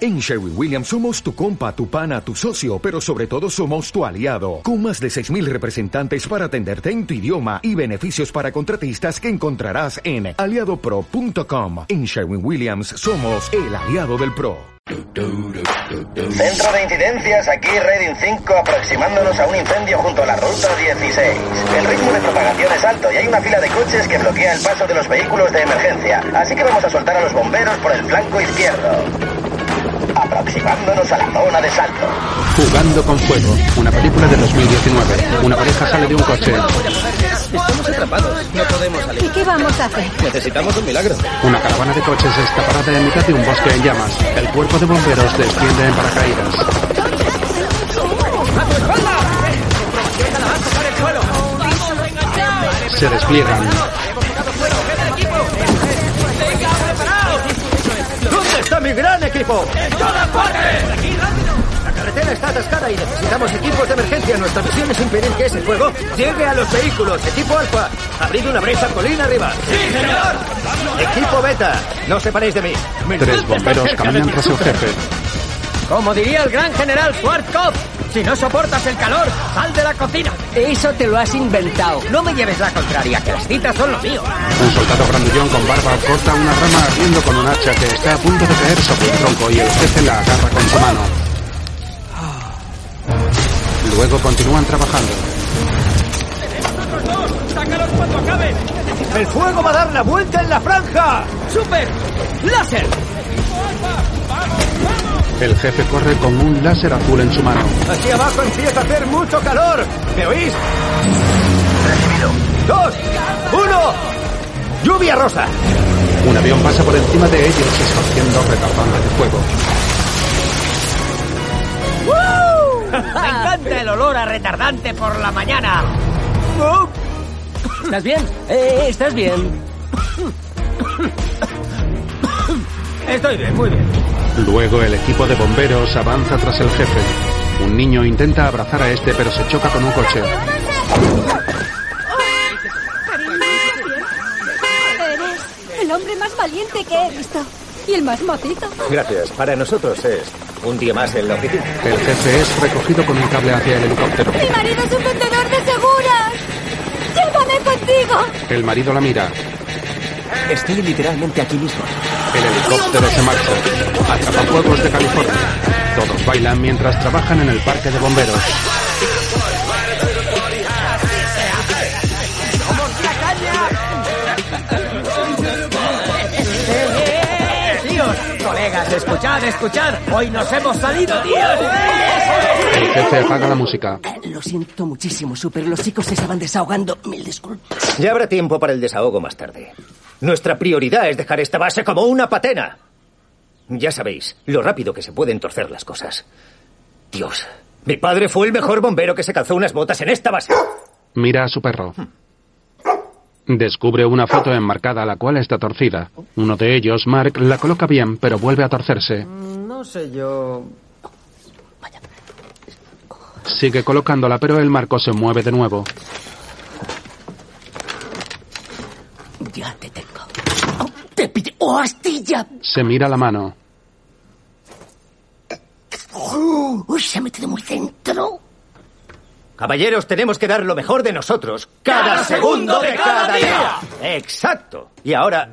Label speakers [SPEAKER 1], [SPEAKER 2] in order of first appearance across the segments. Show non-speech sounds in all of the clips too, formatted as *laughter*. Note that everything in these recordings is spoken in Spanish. [SPEAKER 1] En Sherwin Williams somos tu compa, tu pana, tu socio, pero sobre todo somos tu aliado, con más de 6.000 representantes para atenderte en tu idioma y beneficios para contratistas que encontrarás en aliadopro.com. En Sherwin Williams somos el aliado del PRO.
[SPEAKER 2] Centro de incidencias, aquí Reading 5 aproximándonos a un incendio junto a la ruta 16. El ritmo de propagación es alto y hay una fila de coches que bloquea el paso de los vehículos de emergencia, así que vamos a soltar a los bomberos por el flanco izquierdo aproximándonos a la zona de salto.
[SPEAKER 3] Jugando con fuego, una película de 2019. Una pareja sale de un coche.
[SPEAKER 4] Estamos atrapados, no podemos salir.
[SPEAKER 5] ¿Y qué vamos a hacer?
[SPEAKER 4] Necesitamos un milagro.
[SPEAKER 3] Una caravana de coches está parada en mitad de un bosque en llamas. El cuerpo de bomberos desciende en paracaídas. Se despliegan.
[SPEAKER 4] ¿Dónde está mi gran equipo?
[SPEAKER 6] ¡En todas partes! ¡Aquí, rápido!
[SPEAKER 4] La carretera está atascada y necesitamos equipos de emergencia. Nuestra misión es impedir que ese fuego llegue a los vehículos. Equipo Alfa, abrid una brecha colina arriba.
[SPEAKER 6] ¡Sí, señor!
[SPEAKER 4] Equipo Beta, no os separéis de mí.
[SPEAKER 3] Tres bomberos caminan tras su jefe.
[SPEAKER 4] Como diría el gran general Schwarzkopf, si no soportas el calor, sal de la cocina.
[SPEAKER 7] Eso te lo has inventado.
[SPEAKER 4] No me lleves la contraria, que las citas son lo mío.
[SPEAKER 3] Un soldado grandullón con barba corta una rama ardiendo con un hacha que está a punto de caer sobre un tronco y el jefe la agarra con su mano. Luego continúan trabajando.
[SPEAKER 6] ¡Otros dos! ¡Sácalos cuando acaben!
[SPEAKER 4] ¡El fuego va a dar la vuelta en la franja!
[SPEAKER 6] ¡Super!
[SPEAKER 4] ¡Láser!
[SPEAKER 3] El jefe corre con un láser azul en su mano.
[SPEAKER 4] Aquí abajo empieza a hacer mucho calor. ¿Me oís?
[SPEAKER 2] Recibido.
[SPEAKER 4] ¡Dos! ¡Uno! ¡Lluvia rosa!
[SPEAKER 3] Un avión pasa por encima de ellos esparciendo retafandas de fuego.
[SPEAKER 4] *laughs*
[SPEAKER 7] Me encanta el olor a retardante por la mañana.
[SPEAKER 4] ¡Oh!
[SPEAKER 7] ¿Estás bien? Eh, ¿Estás bien?
[SPEAKER 4] Estoy bien, muy bien.
[SPEAKER 3] Luego el equipo de bomberos avanza tras el jefe. Un niño intenta abrazar a este pero se choca con un coche.
[SPEAKER 5] Eres el hombre más valiente que he visto. Y el más mocito.
[SPEAKER 4] Gracias. Para nosotros es un día más en la oficina.
[SPEAKER 3] El jefe es recogido con un cable hacia el helicóptero.
[SPEAKER 5] Mi marido es un vendedor de seguras. Llévame contigo.
[SPEAKER 3] El marido la mira.
[SPEAKER 4] Estoy literalmente aquí mismo.
[SPEAKER 3] El helicóptero se marcha. Atrapafuegos de California. Todos bailan mientras trabajan en el parque de bomberos.
[SPEAKER 7] Eh,
[SPEAKER 4] Tíos, colegas, escuchad, escuchad. Hoy nos hemos salido, tíos.
[SPEAKER 3] El jefe apaga la música.
[SPEAKER 7] Lo siento muchísimo, Super. Los chicos se estaban desahogando. Mil disculpas.
[SPEAKER 4] Ya habrá tiempo para el desahogo más tarde. Nuestra prioridad es dejar esta base como una patena. Ya sabéis lo rápido que se pueden torcer las cosas. Dios, mi padre fue el mejor bombero que se calzó unas botas en esta base.
[SPEAKER 3] Mira a su perro. Descubre una foto enmarcada la cual está torcida. Uno de ellos, Mark, la coloca bien, pero vuelve a torcerse.
[SPEAKER 4] No sé yo.
[SPEAKER 3] Sigue colocándola, pero el marco se mueve de nuevo.
[SPEAKER 7] Ya te tengo. Oh, te pillé. ¡Oh, astilla!
[SPEAKER 3] Se mira la mano.
[SPEAKER 7] Uy, ¡Oh, se ha metido muy dentro.
[SPEAKER 4] Caballeros, tenemos que dar lo mejor de nosotros cada segundo de cada día. Exacto. Y ahora,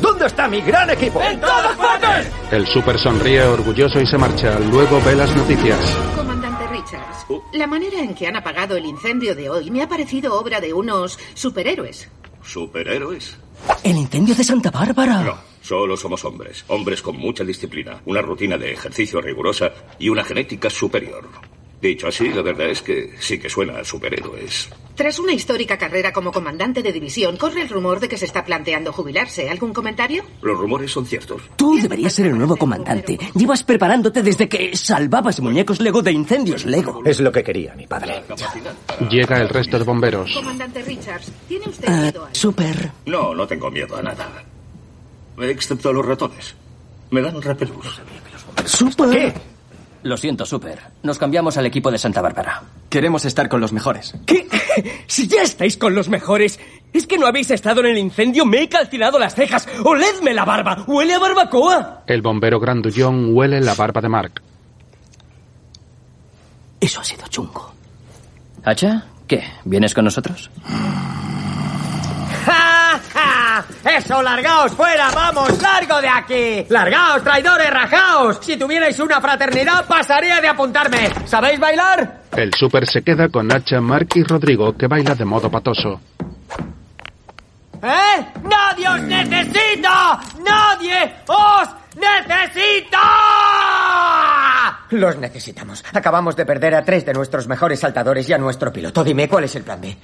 [SPEAKER 4] ¿dónde está mi gran equipo?
[SPEAKER 6] ¡En todas partes!
[SPEAKER 3] El super sonríe orgulloso y se marcha. Luego ve las noticias.
[SPEAKER 8] Comandante Richards, la manera en que han apagado el incendio de hoy me ha parecido obra de unos superhéroes.
[SPEAKER 9] ¿Superhéroes?
[SPEAKER 7] El incendio de Santa Bárbara.
[SPEAKER 9] No, solo somos hombres. Hombres con mucha disciplina, una rutina de ejercicio rigurosa y una genética superior. Dicho así, la verdad es que sí que suena a superhéroes.
[SPEAKER 8] Tras una histórica carrera como comandante de división, corre el rumor de que se está planteando jubilarse. ¿Algún comentario?
[SPEAKER 9] Los rumores son ciertos.
[SPEAKER 7] Tú deberías ser el nuevo comandante. Llevas preparándote desde que salvabas muñecos Lego de incendios Lego.
[SPEAKER 4] Es lo que quería mi padre.
[SPEAKER 3] Llega el resto de bomberos.
[SPEAKER 8] Comandante Richards, ¿tiene usted
[SPEAKER 7] Ah,
[SPEAKER 8] miedo a
[SPEAKER 7] super.
[SPEAKER 9] No, no tengo miedo a nada. Excepto a los ratones. Me dan repelús.
[SPEAKER 7] Super.
[SPEAKER 4] ¿Qué?
[SPEAKER 10] Lo siento, Super. Nos cambiamos al equipo de Santa Bárbara.
[SPEAKER 11] Queremos estar con los mejores.
[SPEAKER 7] ¿Qué? *laughs* Si ya estáis con los mejores, es que no habéis estado en el incendio, me he calcinado las cejas, oledme la barba, huele a barbacoa.
[SPEAKER 3] El bombero grandullón huele la barba de Mark.
[SPEAKER 12] Eso ha sido chungo.
[SPEAKER 13] ¿Hacha? ¿Qué? ¿Vienes con nosotros?
[SPEAKER 10] ¡Ja, ja! ¡Eso, largaos fuera! ¡Vamos, largo de aquí! ¡Largaos, traidores, rajaos! Si tuvierais una fraternidad, pasaría de apuntarme. ¿Sabéis bailar?
[SPEAKER 3] El super se queda con Hacha, Mark y Rodrigo, que baila de modo patoso.
[SPEAKER 10] ¿Eh? ¡Nadie os necesita! ¡Nadie os necesita!
[SPEAKER 14] Los necesitamos. Acabamos de perder a tres de nuestros mejores saltadores y a nuestro piloto. Dime, ¿cuál es el plan B?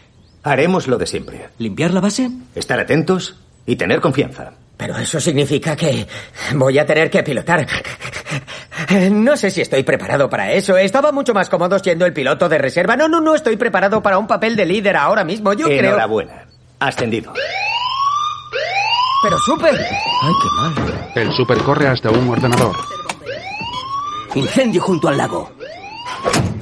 [SPEAKER 4] Haremos lo de siempre.
[SPEAKER 12] ¿Limpiar la base?
[SPEAKER 4] Estar atentos y tener confianza.
[SPEAKER 14] Pero eso significa que voy a tener que pilotar. No sé si estoy preparado para eso. Estaba mucho más cómodo siendo el piloto de reserva. No, no, no estoy preparado para un papel de líder ahora mismo. Yo creo.
[SPEAKER 4] Enhorabuena. Ascendido.
[SPEAKER 14] Pero Super.
[SPEAKER 12] Ay, qué mal.
[SPEAKER 3] El super corre hasta un ordenador.
[SPEAKER 12] Incendio junto al lago.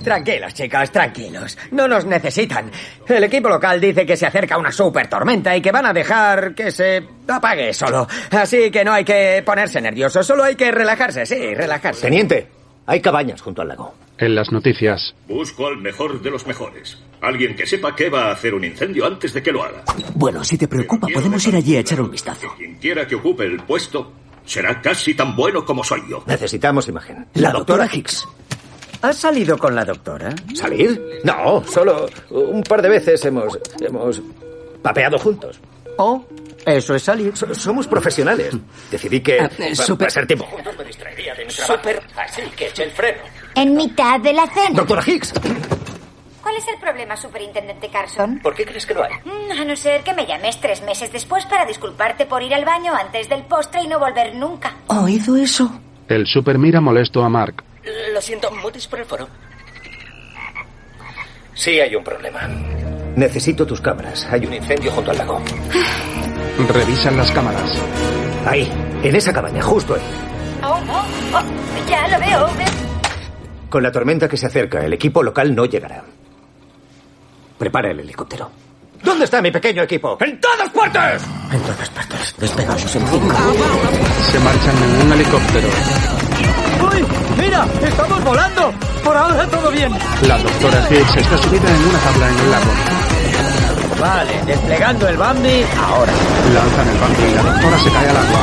[SPEAKER 14] Tranquilos, chicos, tranquilos. No nos necesitan. El equipo local dice que se acerca una super tormenta y que van a dejar que se apague solo. Así que no hay que ponerse nervioso, solo hay que relajarse, sí, relajarse.
[SPEAKER 4] Teniente, hay cabañas junto al lago.
[SPEAKER 3] En las noticias.
[SPEAKER 9] Busco al mejor de los mejores. Alguien que sepa qué va a hacer un incendio antes de que lo haga.
[SPEAKER 12] Bueno, si te preocupa, podemos ir allí a echar un vistazo.
[SPEAKER 9] Quien quiera que ocupe el puesto será casi tan bueno como soy yo.
[SPEAKER 4] Necesitamos imagen.
[SPEAKER 12] La doctora Hicks.
[SPEAKER 14] ¿Has salido con la doctora?
[SPEAKER 4] ¿Salir? No, solo un par de veces hemos. hemos. papeado juntos.
[SPEAKER 14] Oh, eso es salir.
[SPEAKER 4] So- somos profesionales. Decidí que.
[SPEAKER 12] Ah, eh, super-
[SPEAKER 4] ser tiempo.
[SPEAKER 15] Me distraería de mi trabajo. Así que eché el freno.
[SPEAKER 16] En mitad de la cena.
[SPEAKER 4] Doctora Hicks,
[SPEAKER 16] ¿Cuál es el problema, superintendente Carson?
[SPEAKER 4] ¿por qué crees que lo hay?
[SPEAKER 16] Mm, A no ser que me llames tres meses después para disculparte por ir al baño antes del postre y no volver nunca.
[SPEAKER 12] ¿Oído eso?
[SPEAKER 3] El super mira molesto a Mark.
[SPEAKER 7] Lo siento, motis por el foro.
[SPEAKER 4] Sí, hay un problema. Necesito tus cámaras. Hay un incendio junto al lago.
[SPEAKER 3] Revisan las cámaras.
[SPEAKER 4] Ahí, en esa cabaña, justo ahí.
[SPEAKER 16] Oh, no. Oh, ya lo veo. Ve-
[SPEAKER 4] Con la tormenta que se acerca, el equipo local no llegará. Prepara el helicóptero. ¿Dónde está mi pequeño equipo? ¡En todas partes!
[SPEAKER 14] En todas partes. Despegamos en cinco.
[SPEAKER 3] Se marchan en un helicóptero.
[SPEAKER 7] ¡Uy! ¡Mira! ¡Estamos volando! Por ahora todo bien.
[SPEAKER 3] La doctora Hicks está subida en una tabla en el lago.
[SPEAKER 14] Vale, desplegando el Bambi ahora.
[SPEAKER 3] Lanzan el bambi y la doctora se cae al agua.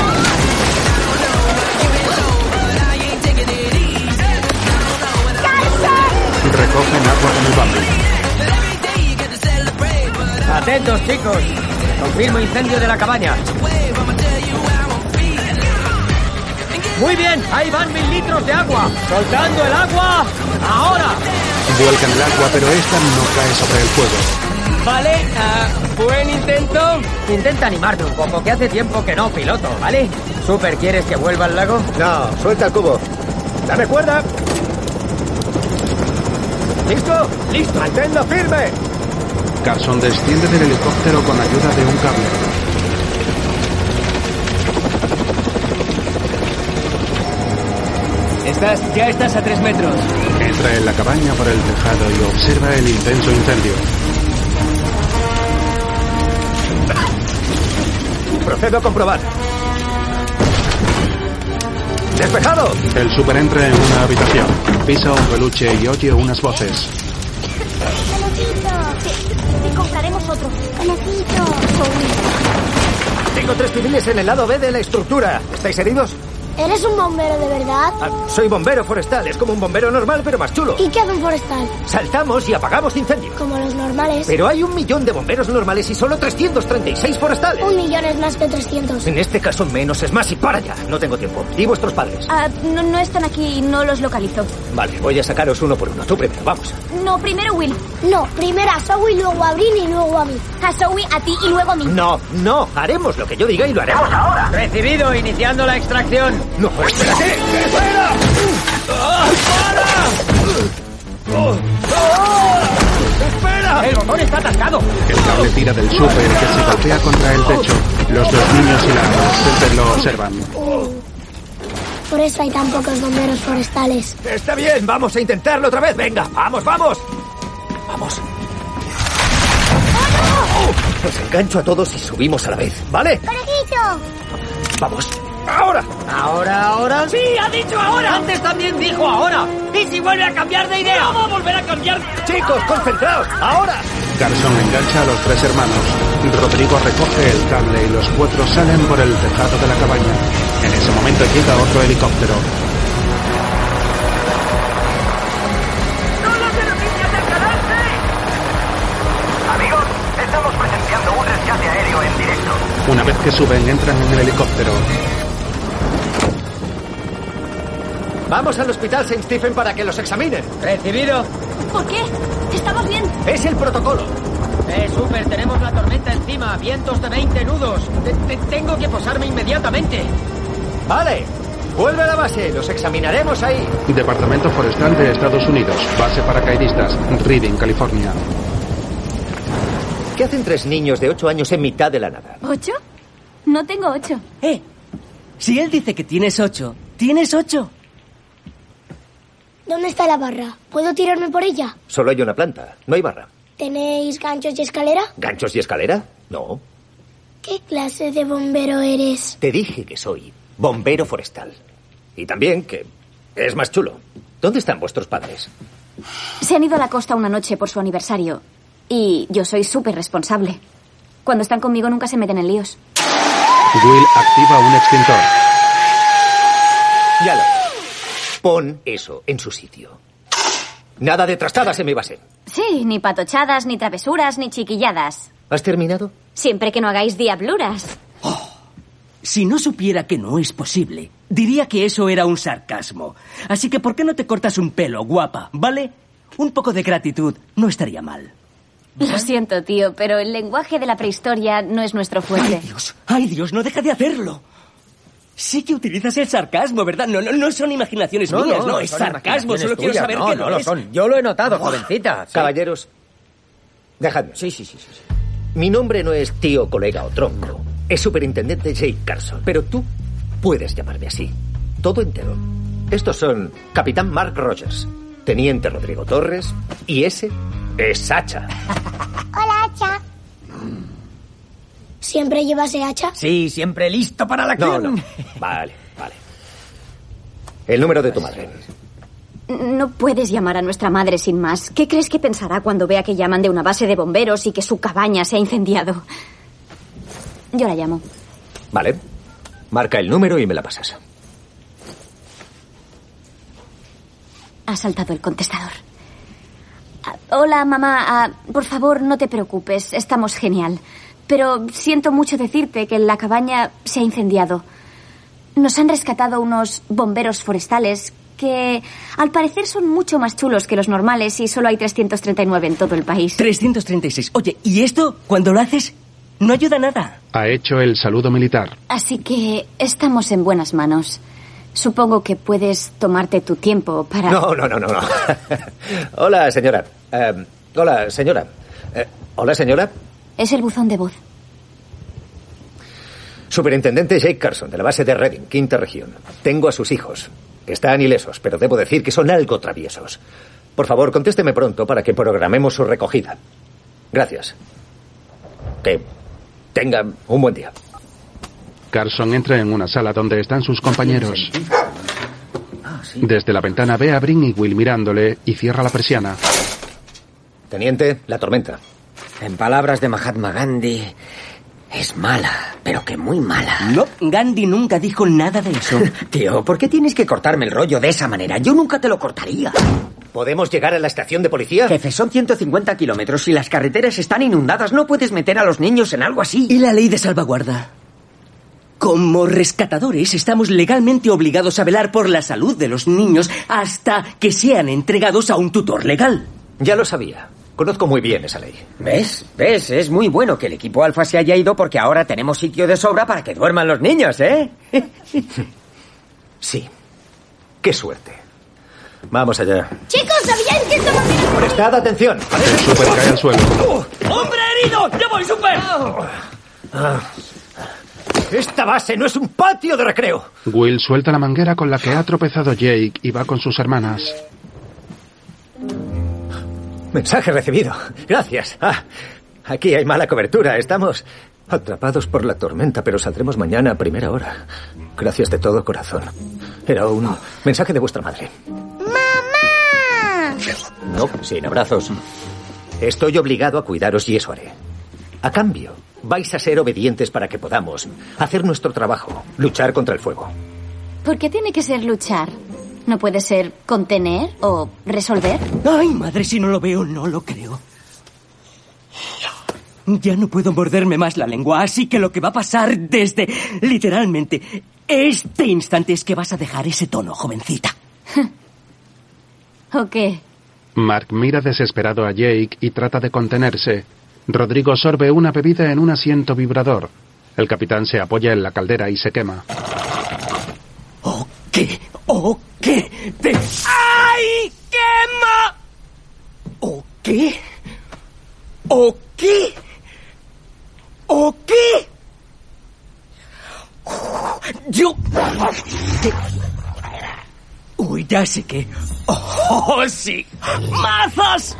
[SPEAKER 3] Recogen agua con el bambi.
[SPEAKER 14] Atentos, chicos. Confirmo incendio de la cabaña.
[SPEAKER 7] Muy bien, ahí van mil litros de agua. Soltando el agua. Ahora.
[SPEAKER 3] Vuelcan el agua, pero esta no cae sobre el fuego.
[SPEAKER 7] Vale, ah, buen intento.
[SPEAKER 14] Intenta animarte un poco, que hace tiempo que no piloto, ¿vale? Super, ¿quieres que vuelva al lago?
[SPEAKER 4] No, suelta el cubo. ¡Dame cuerda!
[SPEAKER 7] ¿Listo? Listo.
[SPEAKER 4] ¡Manténlo firme!
[SPEAKER 3] Carson desciende del helicóptero con ayuda de un cable.
[SPEAKER 7] Estás, ya estás a tres metros.
[SPEAKER 3] Entra en la cabaña por el tejado y observa el intenso incendio.
[SPEAKER 4] Procedo a comprobar. ¡Despejado!
[SPEAKER 3] El super entra en una habitación, pisa un peluche y oye unas voces.
[SPEAKER 16] Te- te compraremos otro. Conejito.
[SPEAKER 4] Tengo tres civiles en el lado B de la estructura. ¿Estáis heridos?
[SPEAKER 17] ¿Eres un bombero de verdad?
[SPEAKER 4] Ah, soy bombero forestal. Es como un bombero normal, pero más chulo.
[SPEAKER 17] ¿Y qué hace un forestal?
[SPEAKER 4] Saltamos y apagamos incendios.
[SPEAKER 17] Como los normales.
[SPEAKER 4] Pero hay un millón de bomberos normales y solo 336 forestales.
[SPEAKER 17] Un millón es más que 300.
[SPEAKER 4] En este caso, menos es más y para allá. No tengo tiempo. ¿Y vuestros padres?
[SPEAKER 18] Ah, no, no están aquí y no los localizo.
[SPEAKER 4] Vale, voy a sacaros uno por uno. Tú primero, vamos.
[SPEAKER 18] No, primero Will.
[SPEAKER 17] No, primero a Zoe, luego a Brin y luego a mí.
[SPEAKER 18] A Zoe, a ti y luego a mí.
[SPEAKER 4] No, no, haremos lo que yo diga y lo haremos ahora.
[SPEAKER 14] Recibido, iniciando la extracción.
[SPEAKER 4] No, espérate. ¡Fuera!
[SPEAKER 7] ¡Espera!
[SPEAKER 14] El botón está atascado.
[SPEAKER 3] El cable tira del super que se golpea contra el techo. Los dos niños y la adolescente lo observan.
[SPEAKER 17] Mm. Por eso hay tan pocos bomberos forestales.
[SPEAKER 4] Está bien, vamos a intentarlo otra vez. Venga, vamos, vamos. Vamos. ¡Oh, Los engancho a todos y subimos a la vez, ¿vale?
[SPEAKER 17] ¡Conejito!
[SPEAKER 4] Vamos. ¡Ahora!
[SPEAKER 14] ¿Ahora, ahora?
[SPEAKER 10] ¡Sí, ha dicho ahora!
[SPEAKER 14] Antes también dijo ahora. ¿Y si vuelve a cambiar de idea?
[SPEAKER 10] ¡No va a volver a cambiar!
[SPEAKER 4] Chicos, concentraos. ¡Ahora!
[SPEAKER 3] Garzón engancha a los tres hermanos. Rodrigo recoge el cable y los cuatro salen por el tejado de la cabaña. En ese momento llega otro helicóptero.
[SPEAKER 2] Amigos, estamos presenciando un rescate aéreo en directo.
[SPEAKER 3] Una vez que suben, entran en el helicóptero.
[SPEAKER 4] Vamos al hospital St. Stephen para que los examinen.
[SPEAKER 14] Recibido.
[SPEAKER 5] ¿Por qué? Estamos bien.
[SPEAKER 4] Es el protocolo.
[SPEAKER 14] Eh, Super, tenemos la tormenta encima. Vientos de 20 nudos. Te- te- tengo que posarme inmediatamente.
[SPEAKER 4] Vale. Vuelve a la base. Los examinaremos ahí.
[SPEAKER 3] Departamento Forestal de Estados Unidos. Base paracaidistas. Reading, California.
[SPEAKER 4] ¿Qué hacen tres niños de ocho años en mitad de la nada?
[SPEAKER 5] ¿Ocho? No tengo ocho.
[SPEAKER 7] ¡Eh! Si él dice que tienes ocho, tienes ocho.
[SPEAKER 17] ¿Dónde está la barra? ¿Puedo tirarme por ella?
[SPEAKER 4] Solo hay una planta. No hay barra.
[SPEAKER 17] ¿Tenéis ganchos y escalera?
[SPEAKER 4] ¿Ganchos y escalera? No.
[SPEAKER 17] ¿Qué clase de bombero eres?
[SPEAKER 4] Te dije que soy bombero forestal. Y también que es más chulo. ¿Dónde están vuestros padres?
[SPEAKER 19] Se han ido a la costa una noche por su aniversario. Y yo soy súper responsable. Cuando están conmigo nunca se meten en líos.
[SPEAKER 3] Will activa un extintor.
[SPEAKER 4] Ya lo. Pon eso en su sitio. Nada de trastadas en mi base.
[SPEAKER 19] Sí, ni patochadas, ni travesuras, ni chiquilladas.
[SPEAKER 4] ¿Has terminado?
[SPEAKER 19] Siempre que no hagáis diabluras.
[SPEAKER 7] Si no supiera que no es posible, diría que eso era un sarcasmo. Así que, ¿por qué no te cortas un pelo, guapa? ¿Vale? Un poco de gratitud no estaría mal.
[SPEAKER 19] Lo siento, tío, pero el lenguaje de la prehistoria no es nuestro fuerte.
[SPEAKER 7] ¡Ay, Dios, no deja de hacerlo! Sí que utilizas el sarcasmo, ¿verdad? No, no, no son imaginaciones mías, no, es
[SPEAKER 14] son
[SPEAKER 7] sarcasmo,
[SPEAKER 14] imaginaciones
[SPEAKER 7] solo quiero
[SPEAKER 14] tuyas.
[SPEAKER 7] saber
[SPEAKER 14] no,
[SPEAKER 7] que
[SPEAKER 14] no
[SPEAKER 7] no
[SPEAKER 14] lo
[SPEAKER 7] es.
[SPEAKER 14] son. Yo lo he notado, jovencita. sí.
[SPEAKER 4] Caballeros, dejadme.
[SPEAKER 14] Sí, sí, sí, sí. sí.
[SPEAKER 4] Mi nombre no es tío, colega o tronco. Es superintendente Jake Carson. Pero tú puedes llamarme así. Todo entero. Estos son Capitán Mark Rogers, Teniente Rodrigo Torres y ese es Sacha.
[SPEAKER 17] Hola, hacha. ¿Siempre llevas el hacha?
[SPEAKER 14] *laughs* Sí, siempre listo para la
[SPEAKER 4] No,
[SPEAKER 14] acción.
[SPEAKER 4] no. Vale, vale. El número de tu madre.
[SPEAKER 19] No puedes llamar a nuestra madre sin más. ¿Qué crees que pensará cuando vea que llaman de una base de bomberos y que su cabaña se ha incendiado? Yo la llamo.
[SPEAKER 4] Vale. Marca el número y me la pasas.
[SPEAKER 19] Ha saltado el contestador. Ah, Hola, mamá. Ah, por favor, no te preocupes. Estamos genial. Pero siento mucho decirte que la cabaña se ha incendiado. Nos han rescatado unos bomberos forestales que, al parecer, son mucho más chulos que los normales y solo hay 339 en todo el país.
[SPEAKER 7] 336. Oye, ¿y esto, cuando lo haces, no ayuda nada?
[SPEAKER 3] Ha hecho el saludo militar.
[SPEAKER 19] Así que estamos en buenas manos. Supongo que puedes tomarte tu tiempo para...
[SPEAKER 4] No, no, no, no. no. *laughs* hola, señora. Eh, hola, señora. Eh, hola, señora.
[SPEAKER 19] Es el buzón de voz.
[SPEAKER 4] Superintendente Jake Carson, de la base de Reading, quinta región. Tengo a sus hijos. Están ilesos, pero debo decir que son algo traviesos. Por favor, contésteme pronto para que programemos su recogida. Gracias. Que tengan un buen día.
[SPEAKER 3] Carson entra en una sala donde están sus compañeros. Desde la ventana ve a Brin y Will mirándole y cierra la persiana.
[SPEAKER 4] Teniente, la tormenta.
[SPEAKER 14] En palabras de Mahatma Gandhi, es mala, pero que muy mala.
[SPEAKER 7] No, Gandhi nunca dijo nada de eso.
[SPEAKER 14] *laughs* Tío, ¿por qué tienes que cortarme el rollo de esa manera? Yo nunca te lo cortaría.
[SPEAKER 4] ¿Podemos llegar a la estación de policía?
[SPEAKER 14] Jefe, son 150 kilómetros y las carreteras están inundadas. No puedes meter a los niños en algo así.
[SPEAKER 7] ¿Y la ley de salvaguarda? Como rescatadores estamos legalmente obligados a velar por la salud de los niños hasta que sean entregados a un tutor legal.
[SPEAKER 4] Ya lo sabía. Conozco muy bien esa ley.
[SPEAKER 14] ¿Ves? ¿Ves? Es muy bueno que el equipo alfa se haya ido porque ahora tenemos sitio de sobra para que duerman los niños, ¿eh? *laughs*
[SPEAKER 4] Sí. Qué suerte. Vamos allá.
[SPEAKER 17] Chicos, ¿sabíais que estamos bien?
[SPEAKER 4] Prestad atención.
[SPEAKER 3] El super cae al suelo.
[SPEAKER 10] ¡Hombre herido! ¡Ya voy, Super!
[SPEAKER 4] Esta base no es un patio de recreo.
[SPEAKER 3] Will suelta la manguera con la que ha tropezado Jake y va con sus hermanas.
[SPEAKER 4] Mensaje recibido. Gracias. Ah, Aquí hay mala cobertura. Estamos atrapados por la tormenta, pero saldremos mañana a primera hora. Gracias de todo corazón. Era un mensaje de vuestra madre.
[SPEAKER 17] ¡Mamá!
[SPEAKER 4] No, sin abrazos. Estoy obligado a cuidaros y eso haré. A cambio, vais a ser obedientes para que podamos hacer nuestro trabajo, luchar contra el fuego.
[SPEAKER 19] ¿Por qué tiene que ser luchar? ¿No puede ser contener o resolver?
[SPEAKER 7] Ay, madre, si no lo veo, no lo creo. Ya no puedo morderme más la lengua, así que lo que va a pasar desde, literalmente, este instante es que vas a dejar ese tono, jovencita.
[SPEAKER 19] ¿O qué?
[SPEAKER 3] Mark mira desesperado a Jake y trata de contenerse. Rodrigo sorbe una bebida en un asiento vibrador. El capitán se apoya en la caldera y se quema.
[SPEAKER 7] ¿O qué? ¿O qué? Te- ¡Ay! ¡Quema! ¿O qué? ¿O qué? ¿O qué? Yo... te- Uy, ya sé qué. ¡Oh, sí! ¡Mazas!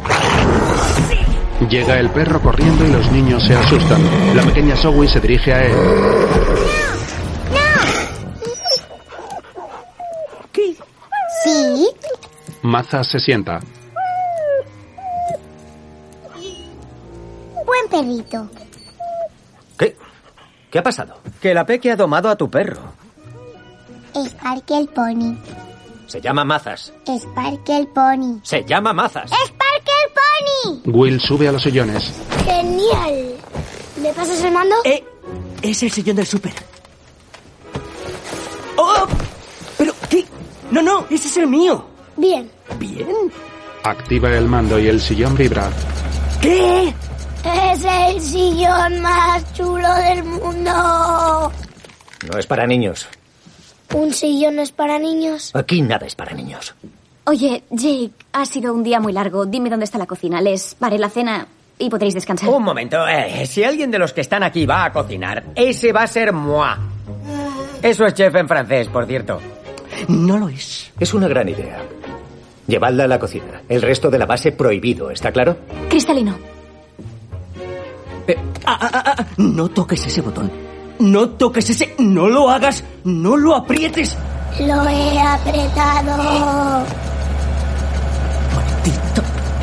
[SPEAKER 3] Llega el perro corriendo y los niños se asustan. La pequeña Zoe se dirige a él.
[SPEAKER 17] ¿Qué? Sí.
[SPEAKER 3] Maza se sienta.
[SPEAKER 17] Buen perrito.
[SPEAKER 4] ¿Qué ha pasado?
[SPEAKER 20] Que la Peque ha domado a tu perro.
[SPEAKER 17] Sparkle Pony.
[SPEAKER 4] Se llama Mazas.
[SPEAKER 17] Sparkle Pony.
[SPEAKER 4] Se llama Mazas.
[SPEAKER 17] ¡Sparkle Pony!
[SPEAKER 3] Will sube a los sillones.
[SPEAKER 17] ¡Genial! ¿Me pasas el mando?
[SPEAKER 7] Es el sillón del súper. ¡Oh! ¿Pero qué? No, no, ese es el mío.
[SPEAKER 17] Bien.
[SPEAKER 7] ¿Bien?
[SPEAKER 3] Activa el mando y el sillón vibra.
[SPEAKER 17] ¿Qué? Es el sillón más chulo del mundo.
[SPEAKER 4] No es para niños.
[SPEAKER 17] ¿Un sillón es para niños?
[SPEAKER 4] Aquí nada es para niños.
[SPEAKER 19] Oye, Jake, ha sido un día muy largo. Dime dónde está la cocina. Les paré la cena y podréis descansar.
[SPEAKER 20] Un momento, eh, si alguien de los que están aquí va a cocinar, ese va a ser moi. Eso es chef en francés, por cierto.
[SPEAKER 7] No lo es.
[SPEAKER 4] Es una gran idea. Llevadla a la cocina. El resto de la base prohibido, ¿está claro?
[SPEAKER 19] Cristalino.
[SPEAKER 7] No toques ese botón. No toques ese. No lo hagas. No lo aprietes.
[SPEAKER 17] Lo he apretado.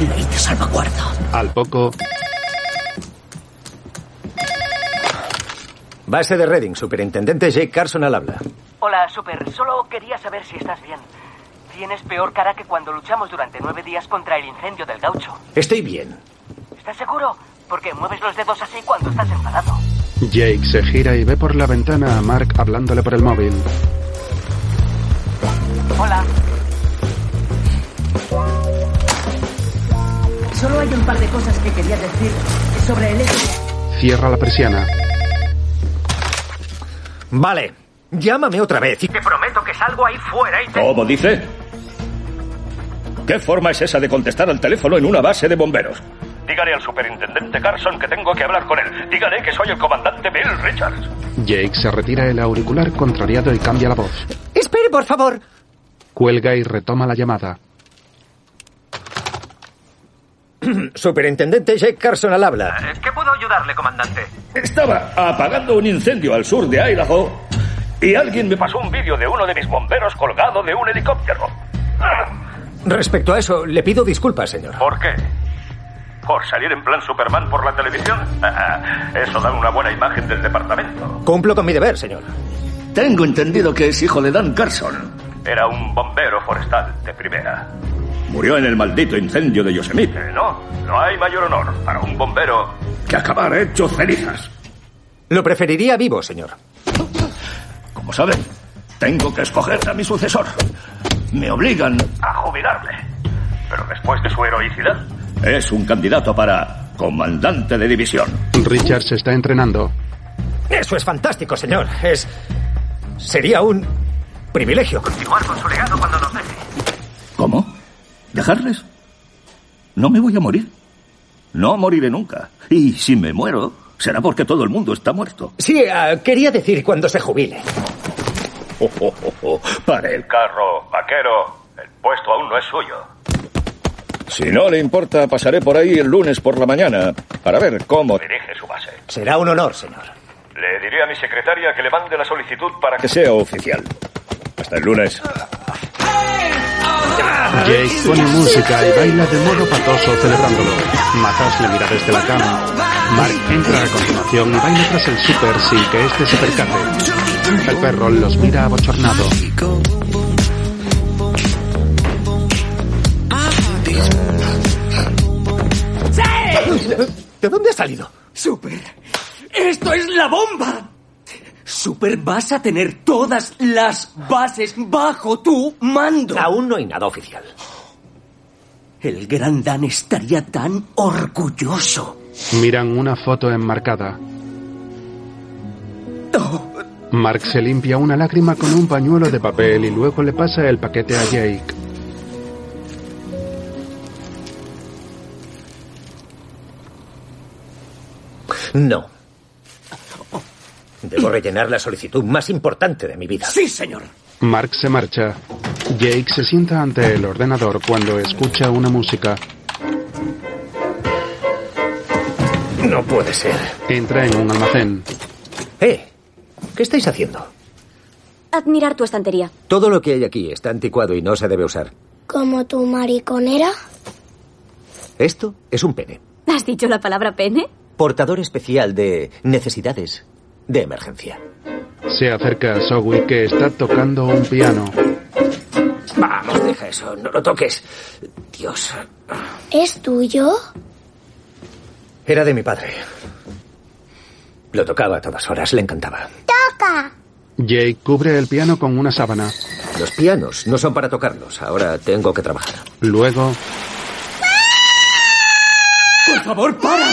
[SPEAKER 7] Ley de salvaguarda.
[SPEAKER 3] Al poco,
[SPEAKER 4] Base de Reading, superintendente Jake Carson al habla.
[SPEAKER 21] Hola, Super. Solo quería saber si estás bien. Tienes peor cara que cuando luchamos durante nueve días contra el incendio del gaucho.
[SPEAKER 4] Estoy bien.
[SPEAKER 21] ¿Estás seguro? Porque mueves los dedos así cuando estás enfadado.
[SPEAKER 3] Jake se gira y ve por la ventana a Mark hablándole por el móvil.
[SPEAKER 21] Hola.
[SPEAKER 22] Solo hay un par de cosas que quería decir sobre el hecho.
[SPEAKER 3] Cierra la persiana.
[SPEAKER 4] Vale, llámame otra vez. y-
[SPEAKER 21] Te prometo que salgo ahí fuera y
[SPEAKER 9] ¿Cómo dice? ¿Qué forma es esa de contestar al teléfono en una base de bomberos? Dígale al superintendente Carson que tengo que hablar con él. Dígale que soy el comandante Bill Richards.
[SPEAKER 3] Jake se retira el auricular contrariado y cambia la voz.
[SPEAKER 4] Espere, por favor. *clears throat*
[SPEAKER 3] Cuelga y retoma la llamada.
[SPEAKER 4] Superintendente Jake Carson al
[SPEAKER 9] Ah,
[SPEAKER 4] habla.
[SPEAKER 21] ¿Qué puedo ayudarle, comandante?
[SPEAKER 9] Estaba apagando un incendio al sur de Idaho y alguien me pasó un vídeo de uno de mis bomberos colgado de un helicóptero.
[SPEAKER 4] Respecto a eso, le pido disculpas, señor.
[SPEAKER 9] ¿Por qué? ¿Por salir en plan Superman por la televisión? *laughs* Eso da una buena imagen del departamento.
[SPEAKER 4] Cumplo con mi deber, señor.
[SPEAKER 23] Tengo entendido que es hijo de Dan Carson.
[SPEAKER 9] Era un bombero forestal de primera.
[SPEAKER 23] Murió en el maldito incendio de Yosemite.
[SPEAKER 9] Eh, No, no hay mayor honor para un bombero que acabar hecho cenizas.
[SPEAKER 4] Lo preferiría vivo, señor.
[SPEAKER 23] Como saben, Pues, tengo que escoger a mi sucesor. Me obligan.
[SPEAKER 9] A jubilarle. Pero después de su heroicidad,
[SPEAKER 23] Es un candidato para comandante de división.
[SPEAKER 3] Richard se está entrenando.
[SPEAKER 4] Eso es fantástico, señor. Es. Sería un privilegio.
[SPEAKER 21] Continuar con su legado cuando nos deje.
[SPEAKER 23] ¿Cómo? ¿Dejarles? No me voy a morir. No moriré nunca. Y si me muero, será porque todo el mundo está muerto. *laughs*
[SPEAKER 4] Sí, ah, quería decir cuando se jubile.
[SPEAKER 23] Para el oh,
[SPEAKER 9] carro, vaquero, el puesto aún no es suyo. Si no le importa, pasaré por ahí el lunes por la mañana para ver cómo dirige su base.
[SPEAKER 4] Será un honor, señor.
[SPEAKER 9] Le diré a mi secretaria que le mande la solicitud para que sea oficial. Hasta el lunes.
[SPEAKER 3] Jake pone música y baila de modo patoso celebrándolo. Matas le mira desde la cama. Mark entra a continuación y baila tras el súper sin que este se percate. El perro los mira abochornado.
[SPEAKER 4] ¿De dónde ha salido?
[SPEAKER 10] Super. Esto es la bomba. Super, vas a tener todas las bases bajo tu mando.
[SPEAKER 4] Aún no hay nada oficial.
[SPEAKER 7] El gran Dan estaría tan orgulloso.
[SPEAKER 3] Miran una foto enmarcada. Mark se limpia una lágrima con un pañuelo de papel y luego le pasa el paquete a Jake.
[SPEAKER 4] No. Debo rellenar la solicitud más importante de mi vida.
[SPEAKER 10] Sí, señor.
[SPEAKER 3] Mark se marcha. Jake se sienta ante el ordenador cuando escucha una música.
[SPEAKER 4] No puede ser.
[SPEAKER 3] Entra en un almacén.
[SPEAKER 4] Eh, ¿qué estáis haciendo?
[SPEAKER 19] Admirar tu estantería.
[SPEAKER 4] Todo lo que hay aquí está anticuado y no se debe usar.
[SPEAKER 17] ¿Como tu mariconera?
[SPEAKER 4] Esto es un pene.
[SPEAKER 19] ¿Has dicho la palabra pene?
[SPEAKER 4] Portador especial de necesidades de emergencia.
[SPEAKER 3] Se acerca a Zoe que está tocando un piano.
[SPEAKER 4] Vamos, deja eso, no lo toques. Dios.
[SPEAKER 17] ¿Es tuyo?
[SPEAKER 4] Era de mi padre. Lo tocaba a todas horas, le encantaba.
[SPEAKER 17] ¡Toca!
[SPEAKER 3] Jake cubre el piano con una sábana.
[SPEAKER 4] Los pianos no son para tocarlos, ahora tengo que trabajar.
[SPEAKER 3] Luego,
[SPEAKER 10] Por favor, para.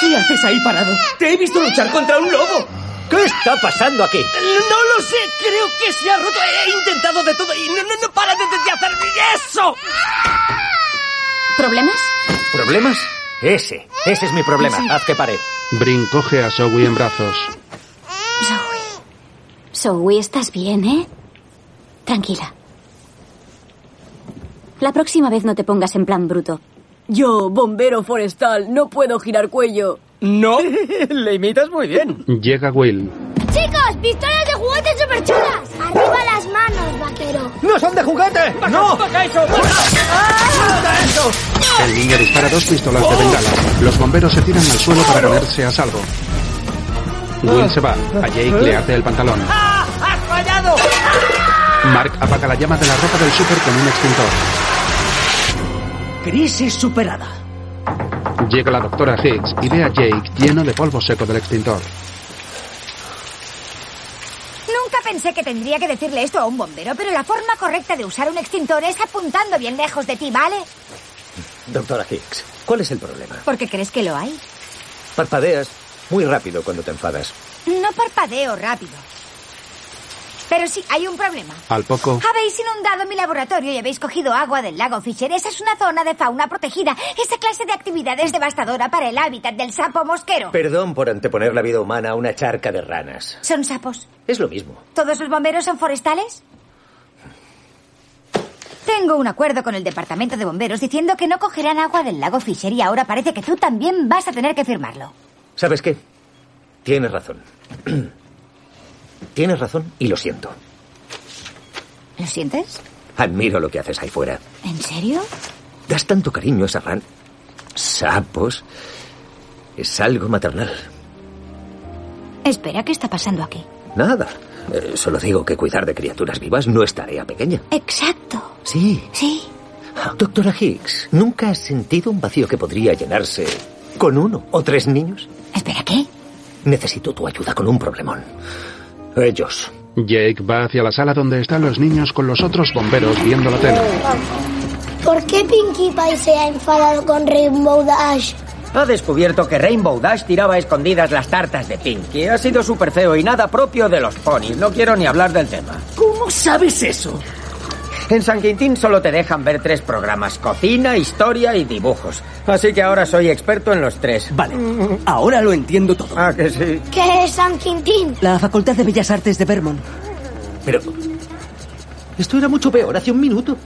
[SPEAKER 10] ¿Qué haces ahí parado? Te he visto luchar contra un lobo.
[SPEAKER 4] ¿Qué está pasando aquí?
[SPEAKER 10] No lo sé, creo que se ha roto. He intentado de todo y no, no, no para de, de- de hacer eso.
[SPEAKER 19] ¿Problemas?
[SPEAKER 4] ¿Problemas? Ese, ese es mi problema. Haz que pare.
[SPEAKER 3] Brin coge a Zoe en brazos.
[SPEAKER 19] Zoe, estás bien, ¿eh? Tranquila. La próxima vez no te pongas en plan bruto.
[SPEAKER 24] Yo, bombero forestal, no puedo girar cuello.
[SPEAKER 10] No.
[SPEAKER 14] Le imitas muy bien.
[SPEAKER 3] Llega Will.
[SPEAKER 17] Chicos, pistolas de juguete super chulas. Arriba las manos, vaquero.
[SPEAKER 14] ¡No son de juguete! ¡No!
[SPEAKER 3] El niño dispara dos pistolas de bengala. Los bomberos se tiran al suelo para ponerse a salvo. Will se va. A Jake le hace el pantalón.
[SPEAKER 14] ¡Has fallado!
[SPEAKER 3] Mark apaga la llama de la ropa del súper con un extintor.
[SPEAKER 7] Crisis superada.
[SPEAKER 3] Llega la doctora Hicks y ve a Jake lleno de polvo seco del extintor.
[SPEAKER 16] Nunca pensé que tendría que decirle esto a un bombero, pero la forma correcta de usar un extintor es apuntando bien lejos de ti, ¿vale?
[SPEAKER 4] Doctora Hicks, ¿cuál es el problema?
[SPEAKER 16] Porque crees que lo hay.
[SPEAKER 4] Parpadeas muy rápido cuando te enfadas.
[SPEAKER 16] No parpadeo rápido. Pero sí, hay un problema.
[SPEAKER 3] Al poco,
[SPEAKER 16] Habéis inundado mi laboratorio y habéis cogido agua del lago Fisher. Esa es una zona de fauna protegida. Esa clase de actividad es devastadora para el hábitat del sapo mosquero.
[SPEAKER 4] Perdón por anteponer la vida humana a una charca de ranas.
[SPEAKER 16] Son sapos.
[SPEAKER 4] Es lo mismo.
[SPEAKER 16] ¿Todos los bomberos son forestales? Tengo un acuerdo con el Departamento de Bomberos diciendo que no cogerán agua del lago Fisher y ahora parece que tú también vas a tener que firmarlo.
[SPEAKER 4] ¿Sabes qué? Tienes razón. *clears throat* Tienes razón y lo siento.
[SPEAKER 16] ¿Lo sientes?
[SPEAKER 4] Admiro lo que haces ahí fuera.
[SPEAKER 16] ¿En serio?
[SPEAKER 4] Das tanto cariño a esa ran. Sapos. Es algo maternal.
[SPEAKER 16] Espera, ¿qué está pasando aquí?
[SPEAKER 4] Nada. Eh, solo digo que cuidar de criaturas vivas no es tarea pequeña.
[SPEAKER 16] Exacto.
[SPEAKER 4] Sí.
[SPEAKER 16] Eh, Sí.
[SPEAKER 4] Doctora Hicks, ¿nunca has sentido un vacío que podría llenarse con uno o tres niños?
[SPEAKER 16] Espera, ¿qué?
[SPEAKER 4] Necesito tu ayuda con un problemón. Ellos.
[SPEAKER 3] Jake va hacia la sala donde están los niños con los otros bomberos viendo la tele.
[SPEAKER 17] ¿Por qué Pinkie Pie se ha enfadado con Rainbow Dash?
[SPEAKER 14] Ha descubierto que Rainbow Dash tiraba a escondidas las tartas de Pinky. Ha sido súper feo y nada propio de los ponis. No quiero ni hablar del tema.
[SPEAKER 10] ¿Cómo sabes eso?
[SPEAKER 14] En San Quintín solo te dejan ver tres programas. Cocina, historia y dibujos. Así que ahora soy experto en los tres.
[SPEAKER 7] Vale, ahora lo entiendo todo.
[SPEAKER 14] Ah, que sí.
[SPEAKER 17] ¿Qué es San Quintín?
[SPEAKER 7] La Facultad de Bellas Artes de
[SPEAKER 17] *laughs*
[SPEAKER 7] Vermont.
[SPEAKER 4] Pero... Esto era mucho peor hace un minuto.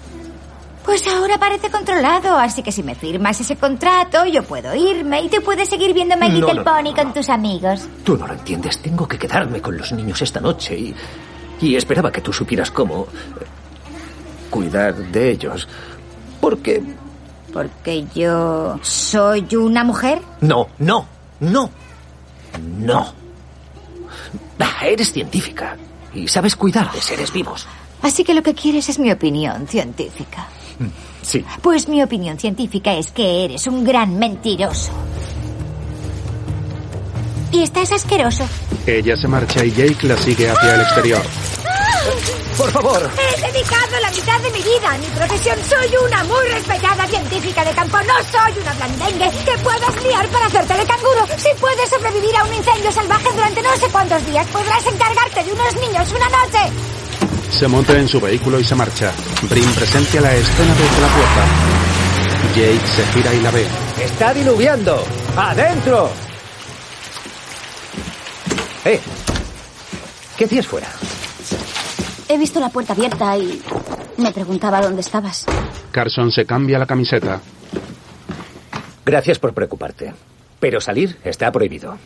[SPEAKER 16] Pues ahora parece controlado, así que si me firmas ese contrato, yo puedo irme y tú puedes seguir viendo My
[SPEAKER 4] No,
[SPEAKER 16] Little
[SPEAKER 4] no, no,
[SPEAKER 16] Pony con tus amigos.
[SPEAKER 4] Tú no lo entiendes. Tengo que quedarme con los niños esta noche y. Y esperaba que tú supieras cómo. eh, cuidar de ellos. Porque.
[SPEAKER 16] Porque yo soy una mujer.
[SPEAKER 4] No, no, no. No. Ah, Eres científica. Y sabes cuidar de seres vivos.
[SPEAKER 16] Así que lo que quieres es mi opinión científica.
[SPEAKER 4] Mm, Sí.
[SPEAKER 16] Pues mi opinión científica es que eres un gran mentiroso. Y estás asqueroso.
[SPEAKER 3] Ella se marcha y Jake la sigue hacia el exterior.
[SPEAKER 4] Por favor.
[SPEAKER 16] He dedicado la mitad de mi vida a mi profesión. Soy una muy respetada científica de campo. No soy una blandengue que puedas liar para hacerte de canguro. Si puedes sobrevivir a un incendio salvaje durante no sé cuántos días, podrás encargarte de unos niños una noche.
[SPEAKER 3] Se monta en su vehículo y se marcha. Brin presencia la escena desde la puerta. Jake se gira y la ve.
[SPEAKER 4] Está diluviando. ¡Adentro! ¡Eh! ¿Qué hacías fuera?
[SPEAKER 19] He visto la puerta abierta y me preguntaba dónde estabas.
[SPEAKER 3] Carson se cambia la camiseta.
[SPEAKER 4] Gracias por preocuparte. Pero salir está prohibido.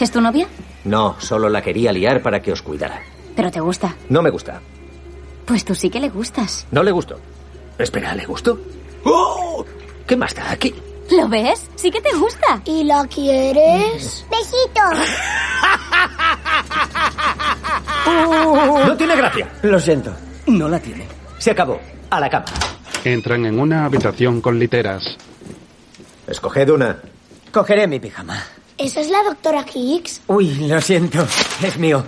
[SPEAKER 19] ¿Es tu novia?
[SPEAKER 4] No, solo la quería liar para que os cuidara.
[SPEAKER 19] Pero te gusta.
[SPEAKER 4] No me gusta.
[SPEAKER 19] Pues tú sí que le gustas.
[SPEAKER 4] No le gustó. Espera, ¿le gustó? ¡Oh! ¿Qué más da aquí?
[SPEAKER 19] ¿Lo ves? Sí que te gusta.
[SPEAKER 17] ¿Y la quieres? Besitos.
[SPEAKER 4] No tiene gracia.
[SPEAKER 10] Lo siento. No la tiene.
[SPEAKER 4] Se acabó. A la cama.
[SPEAKER 3] Entran en una habitación con literas.
[SPEAKER 4] Escoged una.
[SPEAKER 10] Cogeré mi pijama.
[SPEAKER 17] ¿Esa es la doctora Hicks?
[SPEAKER 10] Uy, lo siento. Es mío.